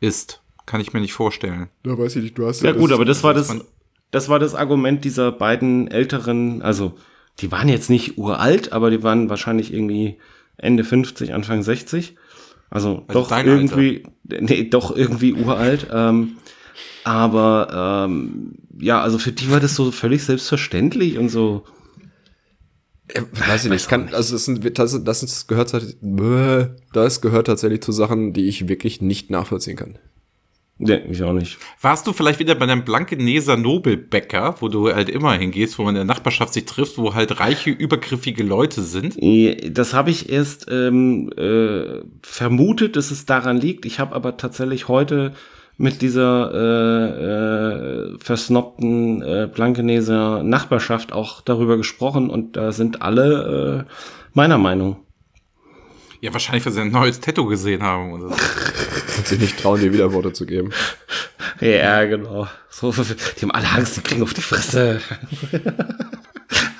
Speaker 4: ist. Kann ich mir nicht vorstellen.
Speaker 6: Da weiß ich nicht, du hast
Speaker 5: Ja gut, aber das halt war das,
Speaker 4: man-
Speaker 5: das war das Argument dieser beiden älteren, also die waren jetzt nicht uralt, aber die waren wahrscheinlich irgendwie Ende 50, Anfang 60. Also,
Speaker 4: Also
Speaker 5: doch
Speaker 4: dein
Speaker 5: irgendwie, nee, doch irgendwie uralt. Ähm, aber ähm, ja, also für die war das so völlig selbstverständlich und so.
Speaker 6: Äh, Weiß ich nicht. Kann, also das, sind, das, das ist, gehört, tats- das gehört tatsächlich zu Sachen, die ich wirklich nicht nachvollziehen kann.
Speaker 5: Nee, ne, ich auch nicht.
Speaker 4: Warst du vielleicht wieder bei deinem Blankeneser Nobelbäcker, wo du halt immer hingehst, wo man in der Nachbarschaft sich trifft, wo halt reiche, übergriffige Leute sind?
Speaker 5: Nee, Äh, Das habe ich erst ähm, äh, vermutet, dass es daran liegt. Ich habe aber tatsächlich heute mit dieser äh, äh, versnobten äh, Blankeneser Nachbarschaft auch darüber gesprochen und da sind alle äh, meiner Meinung.
Speaker 4: Ja, wahrscheinlich, weil sie ein neues Tattoo gesehen haben. Oder so.
Speaker 6: Und sich nicht trauen, dir wieder Worte zu geben.
Speaker 5: Ja, genau. So, die haben alle Angst, die kriegen auf die Fresse.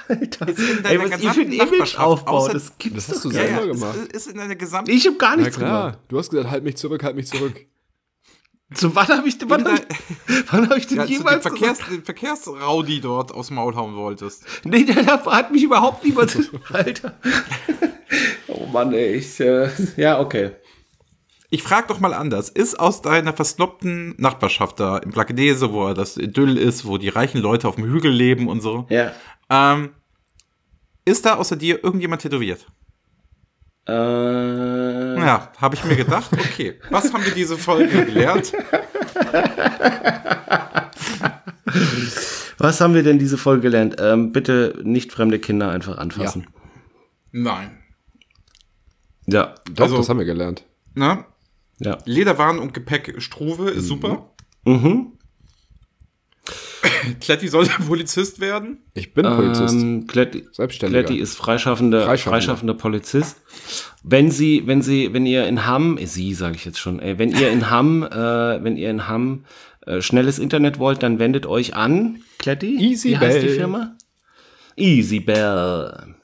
Speaker 5: Alter.
Speaker 4: Ist in deiner
Speaker 5: Ey, was ihr für ein
Speaker 4: gesamten Nachbarschaft,
Speaker 5: Image aufbaut,
Speaker 4: außer-
Speaker 5: das
Speaker 6: Das
Speaker 5: gibt's
Speaker 6: hast du
Speaker 5: doch.
Speaker 4: Ja,
Speaker 6: selber
Speaker 4: ja, es
Speaker 6: gemacht.
Speaker 4: ist in einer gesamten.
Speaker 5: Ich hab
Speaker 6: Na
Speaker 5: gar nichts gemacht.
Speaker 6: klar. Du hast gesagt, halt mich zurück, halt mich zurück.
Speaker 5: Zu wann habe ich, denn- wann
Speaker 4: In
Speaker 5: hab ich, wann hab ich denn
Speaker 4: Ja, als du den,
Speaker 5: jemals gesagt?
Speaker 4: Verkehrs, den Verkehrsraudi dort aufs Maul hauen wolltest.
Speaker 5: Nee, der da hat mich überhaupt niemand. Alter. Oh Mann, ey. Ich, äh, ja, okay.
Speaker 4: Ich frage doch mal anders. Ist aus deiner versnobten Nachbarschaft da im Plagnese, wo das Idyll ist, wo die reichen Leute auf dem Hügel leben und so,
Speaker 5: Ja.
Speaker 4: ähm, ist da außer dir irgendjemand tätowiert?
Speaker 5: Äh,
Speaker 4: Ja, habe ich mir gedacht, okay, was haben wir diese Folge gelernt?
Speaker 5: Was haben wir denn diese Folge gelernt? Ähm, bitte nicht fremde Kinder einfach anfassen.
Speaker 4: Nein.
Speaker 5: Ja.
Speaker 6: Doch,
Speaker 4: Also-
Speaker 6: das haben wir gelernt.
Speaker 4: Ne?
Speaker 5: Ja.
Speaker 4: Lederwaren und Gepäck Struve ist super.
Speaker 5: Mhm.
Speaker 4: Kletti sollte Polizist werden.
Speaker 6: Ich bin Polizist.
Speaker 5: Ähm, Kletti,
Speaker 6: Selbstständiger.
Speaker 5: Kletti ist freischaffender,
Speaker 6: Freischaffender.
Speaker 5: freischaffender. Polizist. Wenn Sie, wenn Sie, wenn ihr in Hamm, äh, Sie sage ich jetzt schon, ey, wenn ihr in Hamm, äh, wenn ihr in Hamm äh, schnelles Internet wollt, dann wendet euch an Kletti.
Speaker 6: Easy
Speaker 5: Wie heißt die
Speaker 6: Bell.
Speaker 5: Firma? Easy Bell.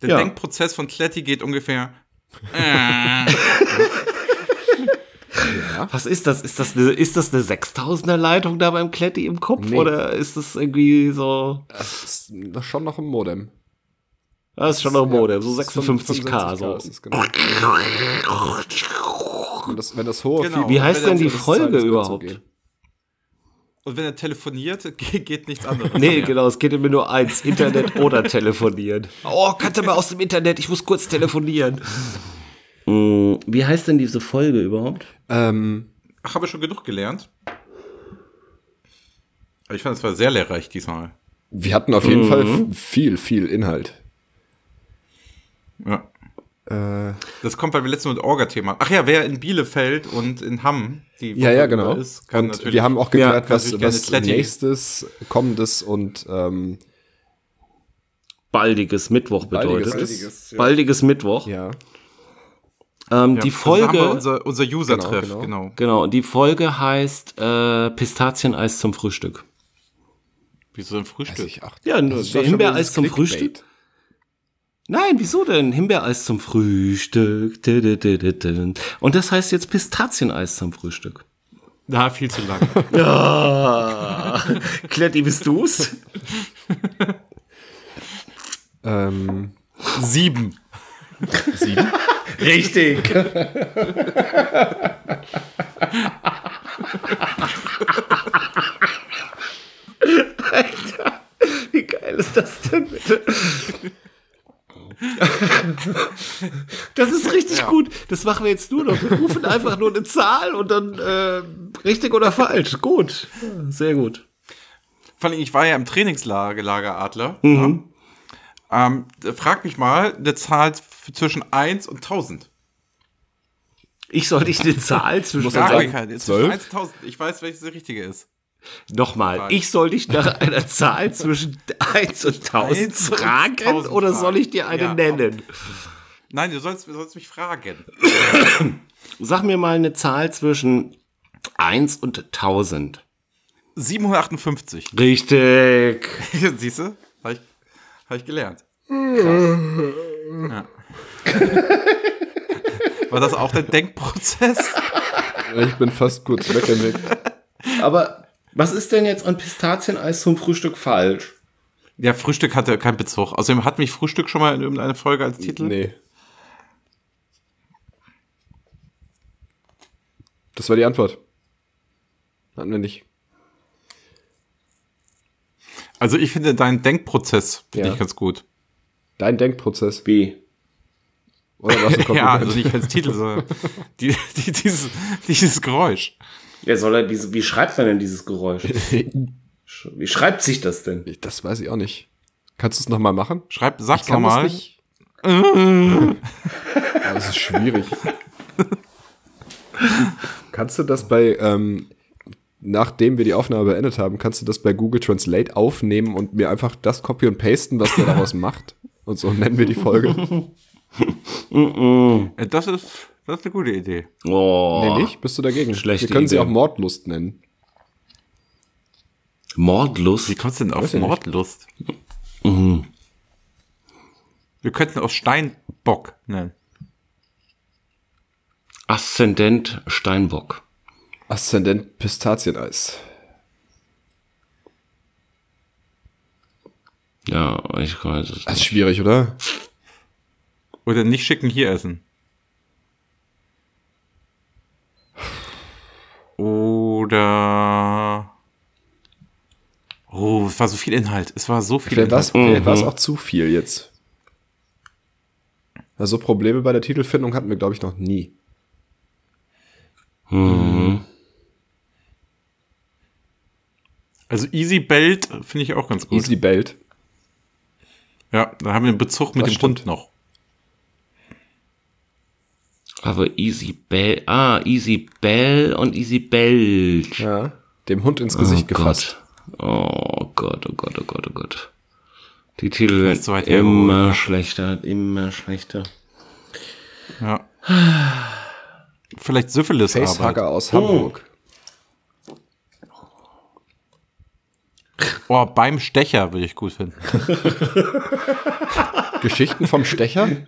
Speaker 4: Der
Speaker 5: Ja.
Speaker 4: Denkprozess von Kletti geht ungefähr.
Speaker 5: Was ist das? Ist das eine, ist das eine 6000er Leitung da beim Kletti im Kopf
Speaker 6: Nee.
Speaker 5: oder ist das irgendwie so?
Speaker 6: Das ist noch- schon noch im Modem.
Speaker 5: Das ist schon noch ein Modem, so also.
Speaker 6: Ja,
Speaker 5: 56k
Speaker 6: 55K
Speaker 5: so.
Speaker 6: ist es, genau. Wenn das, wenn das hohe
Speaker 4: Genau.
Speaker 6: Fieber-
Speaker 5: Wie heißt denn die
Speaker 6: das
Speaker 5: Folge
Speaker 6: Zeug ist
Speaker 5: überhaupt?
Speaker 6: mitzugehen.
Speaker 4: Und wenn er telefoniert, ge- geht nichts anderes.
Speaker 5: Nee,
Speaker 4: mehr.
Speaker 5: genau, es geht immer nur eins, Internet oder telefonieren. Oh, kannst du mal aus dem Internet, ich muss kurz telefonieren. Mm, Wie heißt denn diese Folge überhaupt?
Speaker 6: Ähm,
Speaker 4: Ach, habe ich schon genug gelernt. Aber ich fand, es war sehr lehrreich diesmal.
Speaker 6: wir hatten auf
Speaker 5: Mhm.
Speaker 6: jeden Fall viel, viel Inhalt.
Speaker 4: Ja.
Speaker 6: Äh,
Speaker 4: Das kommt, weil wir letztens mit Orga-Thema. Ach ja, wer in Bielefeld und in Hamm die
Speaker 6: ja,
Speaker 4: Woche
Speaker 6: ja,
Speaker 4: über
Speaker 6: genau.
Speaker 4: ist, kann
Speaker 6: und
Speaker 4: natürlich.
Speaker 6: wir haben auch geklärt,
Speaker 4: kann
Speaker 6: was,
Speaker 4: natürlich gerne
Speaker 6: was
Speaker 4: Kletti-
Speaker 6: nächstes, kommendes und ähm,
Speaker 5: Baldiges Mittwoch bedeutet.
Speaker 6: Baldiges
Speaker 5: Baldiges,
Speaker 6: ist.
Speaker 5: Mittwoch.
Speaker 6: Ja.
Speaker 5: Ähm,
Speaker 4: Ja, also da
Speaker 5: die
Speaker 4: haben wir
Speaker 5: Folge,
Speaker 4: unser, unser User-Treff,
Speaker 6: Genau,
Speaker 4: genau.
Speaker 6: genau.
Speaker 5: genau, die Folge heißt äh, Pistazieneis zum Frühstück.
Speaker 4: Wieso ein Frühstück?
Speaker 6: ach,
Speaker 5: Ja,
Speaker 6: das
Speaker 5: nur
Speaker 6: ist doch schon
Speaker 5: der
Speaker 6: wieder
Speaker 5: Himbeereis
Speaker 6: dieses
Speaker 5: zum
Speaker 6: Clickbait.
Speaker 5: Frühstück? Nein, wieso denn? Himbeereis zum Frühstück. Tüdüdüdüdün. Und das heißt jetzt Pistazieneis zum Frühstück.
Speaker 4: Na, viel zu lang.
Speaker 5: Ah, Kletti, bist du's?
Speaker 6: Ähm,
Speaker 4: Sieben.
Speaker 5: Richtig. Alter, wie geil ist das denn bitte? Das ist richtig gut. Das machen wir jetzt nur noch. Wir rufen einfach nur eine Zahl und dann äh, richtig oder falsch. Gut. Sehr gut.
Speaker 4: Vor allem, ich war ja im Trainingslager Lager Adler.
Speaker 6: Mhm.
Speaker 4: Ja. Ähm, da frag mich mal, eine Zahl f- zwischen 1 und 1000.
Speaker 5: Ich soll dich eine Zahl zwischen
Speaker 6: Muss man sagen,
Speaker 4: keine. Zwischen
Speaker 6: zwölf?
Speaker 4: 1 und 1000. Ich weiß, welches die richtige ist.
Speaker 5: Nochmal,
Speaker 4: Frage.
Speaker 5: ich soll dich nach einer Zahl zwischen 1 und 1000
Speaker 4: 1 und
Speaker 5: fragen
Speaker 4: 1000
Speaker 5: oder soll
Speaker 4: fragen.
Speaker 5: ich dir eine
Speaker 4: Ja,
Speaker 5: nennen?
Speaker 4: Nein, du sollst, du sollst mich fragen.
Speaker 5: Sag mir mal eine Zahl zwischen 1 und 1000.
Speaker 4: 758.
Speaker 5: Richtig.
Speaker 4: Siehst du? Habe ich, hab ich gelernt. Krass. Ja. War das auch der Denkprozess?
Speaker 6: ich bin fast kurz weggenickt.
Speaker 5: Aber was ist denn jetzt an Pistazieneis zum Frühstück falsch?
Speaker 4: Ja, Frühstück hatte keinen Bezug. Außerdem hat mich Frühstück schon mal in irgendeiner Folge als Titel.
Speaker 6: Nee. Das war die Antwort. Hatten wir nicht.
Speaker 4: Also ich finde deinen Denkprozess finde
Speaker 6: Ja.
Speaker 4: ich ganz gut.
Speaker 6: Dein Denkprozess.
Speaker 5: B.
Speaker 6: Oder was ein
Speaker 4: Ja,
Speaker 6: Kompliment?
Speaker 4: also nicht als Titel, sondern die, die, dieses, dieses Geräusch.
Speaker 5: Ja, soll er diese, wie schreibt man denn dieses Geräusch? Sch- wie schreibt sich das denn?
Speaker 6: Das weiß ich auch nicht. Kannst du es nochmal machen?
Speaker 4: Schreib, sag's
Speaker 6: Kann das
Speaker 4: nochmal.
Speaker 6: nicht? Ja, das ist schwierig. kannst du das bei, ähm, nachdem wir die Aufnahme beendet haben, kannst du das bei Google Translate aufnehmen und mir einfach das copy und pasten, was der daraus macht? Und so nennen wir die Folge.
Speaker 4: Äh, Das ist Das ist eine gute Idee.
Speaker 5: Oh.
Speaker 6: Nee, nicht? Bist du dagegen?
Speaker 5: Schlechte
Speaker 6: Wir können sie
Speaker 5: Idee.
Speaker 6: auch Mordlust nennen.
Speaker 4: Wie
Speaker 5: Mordlust.
Speaker 4: kommst du denn
Speaker 6: Weiß
Speaker 4: auf
Speaker 6: ich nicht.
Speaker 4: Mordlust? Wir könnten auch Steinbock nennen.
Speaker 5: Aszendent Steinbock.
Speaker 6: Aszendent Pistazieneis.
Speaker 5: Ja, ich weiß es.
Speaker 6: Das ist schwierig, oder?
Speaker 4: Oder nicht schicken, hier essen. Oder. Oh, es war so viel Inhalt. Es war so viel
Speaker 6: Vielleicht war es
Speaker 4: Inhalt.
Speaker 6: vielleicht war es auch zu viel jetzt. Also Probleme bei der Titelfindung hatten wir, glaube ich, noch nie.
Speaker 4: Also Easy Belt finde ich auch ganz gut.
Speaker 6: Easy Belt.
Speaker 4: Ja, da haben wir einen Bezug mit
Speaker 6: Das
Speaker 4: dem
Speaker 6: stimmt.
Speaker 4: Bund noch.
Speaker 5: Aber Easy Bell. Ah, Easy Bell und Easy Belch.
Speaker 6: Ja. Dem Hund ins Gesicht gefasst.
Speaker 5: Gott. Oh Gott, oh Gott, oh Gott, oh Gott. Die Titel werden
Speaker 4: ist so weit
Speaker 5: immer schlechter, immer schlechter.
Speaker 4: Ja. Vielleicht Syphilis
Speaker 6: Facehacker
Speaker 4: Arbeit.
Speaker 6: aus Hamburg.
Speaker 4: Oh, beim Stecher würde ich gut finden.
Speaker 6: Geschichten vom Stecher?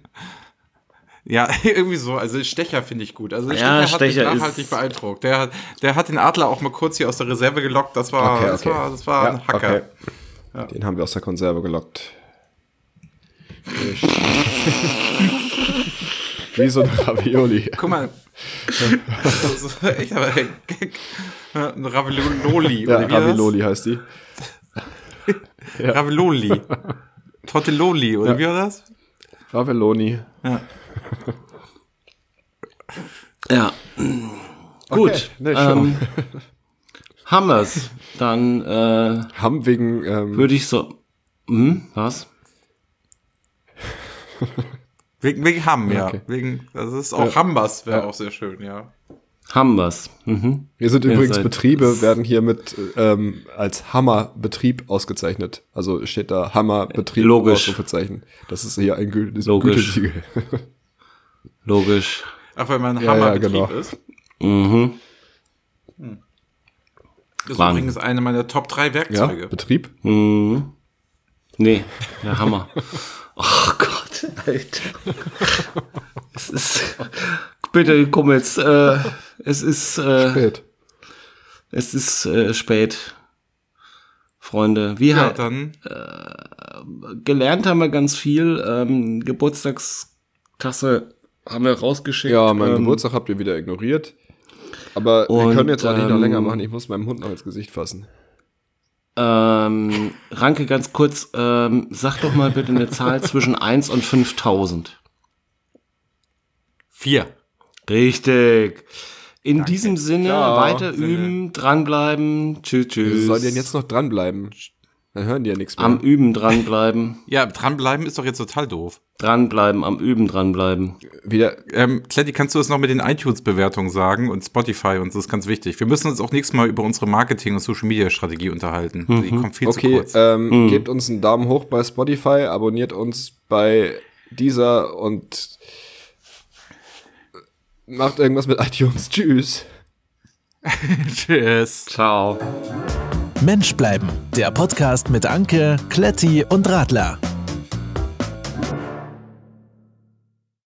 Speaker 4: Ja, irgendwie so. Also Stecher finde ich gut. Also Stecher,
Speaker 5: Ja,
Speaker 4: hat mich
Speaker 5: Stecher ist-
Speaker 4: nachhaltig beeindruckt. Der, hat- der hat den Adler auch mal kurz hier aus der Reserve gelockt. Das war, Ah,
Speaker 6: Okay,
Speaker 4: das
Speaker 6: okay.
Speaker 4: war, das war
Speaker 6: Ja,
Speaker 4: ein Hacker.
Speaker 6: okay. Den haben wir aus der Konserve gelockt. Wie so ein Ravioli.
Speaker 4: Guck mal. das ist echt aber ein Gag. Ja, ein Ravioli.
Speaker 6: Ja,
Speaker 4: oder wie das?
Speaker 6: Ravioli heißt die.
Speaker 4: Ravioli. Tortelloli, oder wie war das?
Speaker 6: Ravioloni.
Speaker 5: Ja. Gut.
Speaker 6: nee,
Speaker 5: ähm, haben wir's. Dann äh,
Speaker 6: Haben wegen, ähm,
Speaker 5: würde ich so. Hm, was?
Speaker 4: Wegen, wegen Hamm, ja.
Speaker 6: Okay.
Speaker 4: Wegen, das ist auch Hambas, wäre auch sehr schön, ja.
Speaker 5: Haben wir's. Mhm.
Speaker 6: hier sind
Speaker 5: ihr
Speaker 6: übrigens
Speaker 5: seid-
Speaker 6: Betriebe, werden hier mit ähm, als Hammerbetrieb ausgezeichnet. Also steht da Hammerbetrieb
Speaker 5: Logisch.
Speaker 6: Ausrufezeichen. Das ist hier ein Gü
Speaker 5: Logisch.
Speaker 6: Gütesiegel.
Speaker 5: Logisch.
Speaker 4: Auch wenn man ein
Speaker 6: Ja, ja,
Speaker 4: Hammerbetrieb
Speaker 6: genau.
Speaker 4: ist. Hm.
Speaker 5: Mhm.
Speaker 4: Das ist
Speaker 5: Wahnsinn.
Speaker 4: übrigens eine meiner Top 3
Speaker 6: Ja,
Speaker 4: Werkzeuge.
Speaker 6: Betrieb.
Speaker 5: Mhm. Nee, der Hammer. oh Gott, Alter. es ist. Bitte komm jetzt. Äh, es ist. Äh,
Speaker 6: Spät.
Speaker 5: Es ist äh, spät. Freunde, wie
Speaker 4: Ja,
Speaker 5: halt
Speaker 4: dann
Speaker 5: gelernt haben wir ganz viel. Ähm, Geburtstagskasse haben wir rausgeschickt.
Speaker 6: Ja, meinen
Speaker 5: ähm,
Speaker 6: Geburtstag habt ihr wieder ignoriert. Aber wir
Speaker 5: und,
Speaker 6: können jetzt auch nicht noch
Speaker 5: ähm,
Speaker 6: länger machen. Ich muss meinem Hund noch ins Gesicht fassen.
Speaker 5: Ähm, Ranke, ganz kurz, ähm, sag doch mal bitte eine Zahl zwischen 1 und 5000.
Speaker 4: 4.
Speaker 5: Richtig. In diesem Sinne,
Speaker 6: Ciao.
Speaker 5: weiter üben, dranbleiben. Tschüss, tschüss.
Speaker 6: Wir sollen denn jetzt noch dranbleiben. Dann hören die ja nichts mehr.
Speaker 5: am Üben dranbleiben.
Speaker 4: Ja, dranbleiben ist doch jetzt total doof.
Speaker 5: Dranbleiben, am Üben dranbleiben.
Speaker 6: Wieder,
Speaker 4: Ähm, Kletti, kannst du das noch mit den iTunes-Bewertungen sagen und Spotify und so ist ganz wichtig. Wir müssen uns auch nächstes Mal über unsere Marketing- und Social-Media-Strategie unterhalten. Die kommt viel zu
Speaker 6: okay,
Speaker 4: kurz.
Speaker 5: Hm.
Speaker 6: ähm, gebt uns einen Daumen hoch bei Spotify, abonniert uns bei dieser und macht irgendwas mit iTunes. Tschüss.
Speaker 4: Tschüss.
Speaker 5: Ciao.
Speaker 3: Mensch bleiben, der Podcast mit Anke, Kletti und Radler.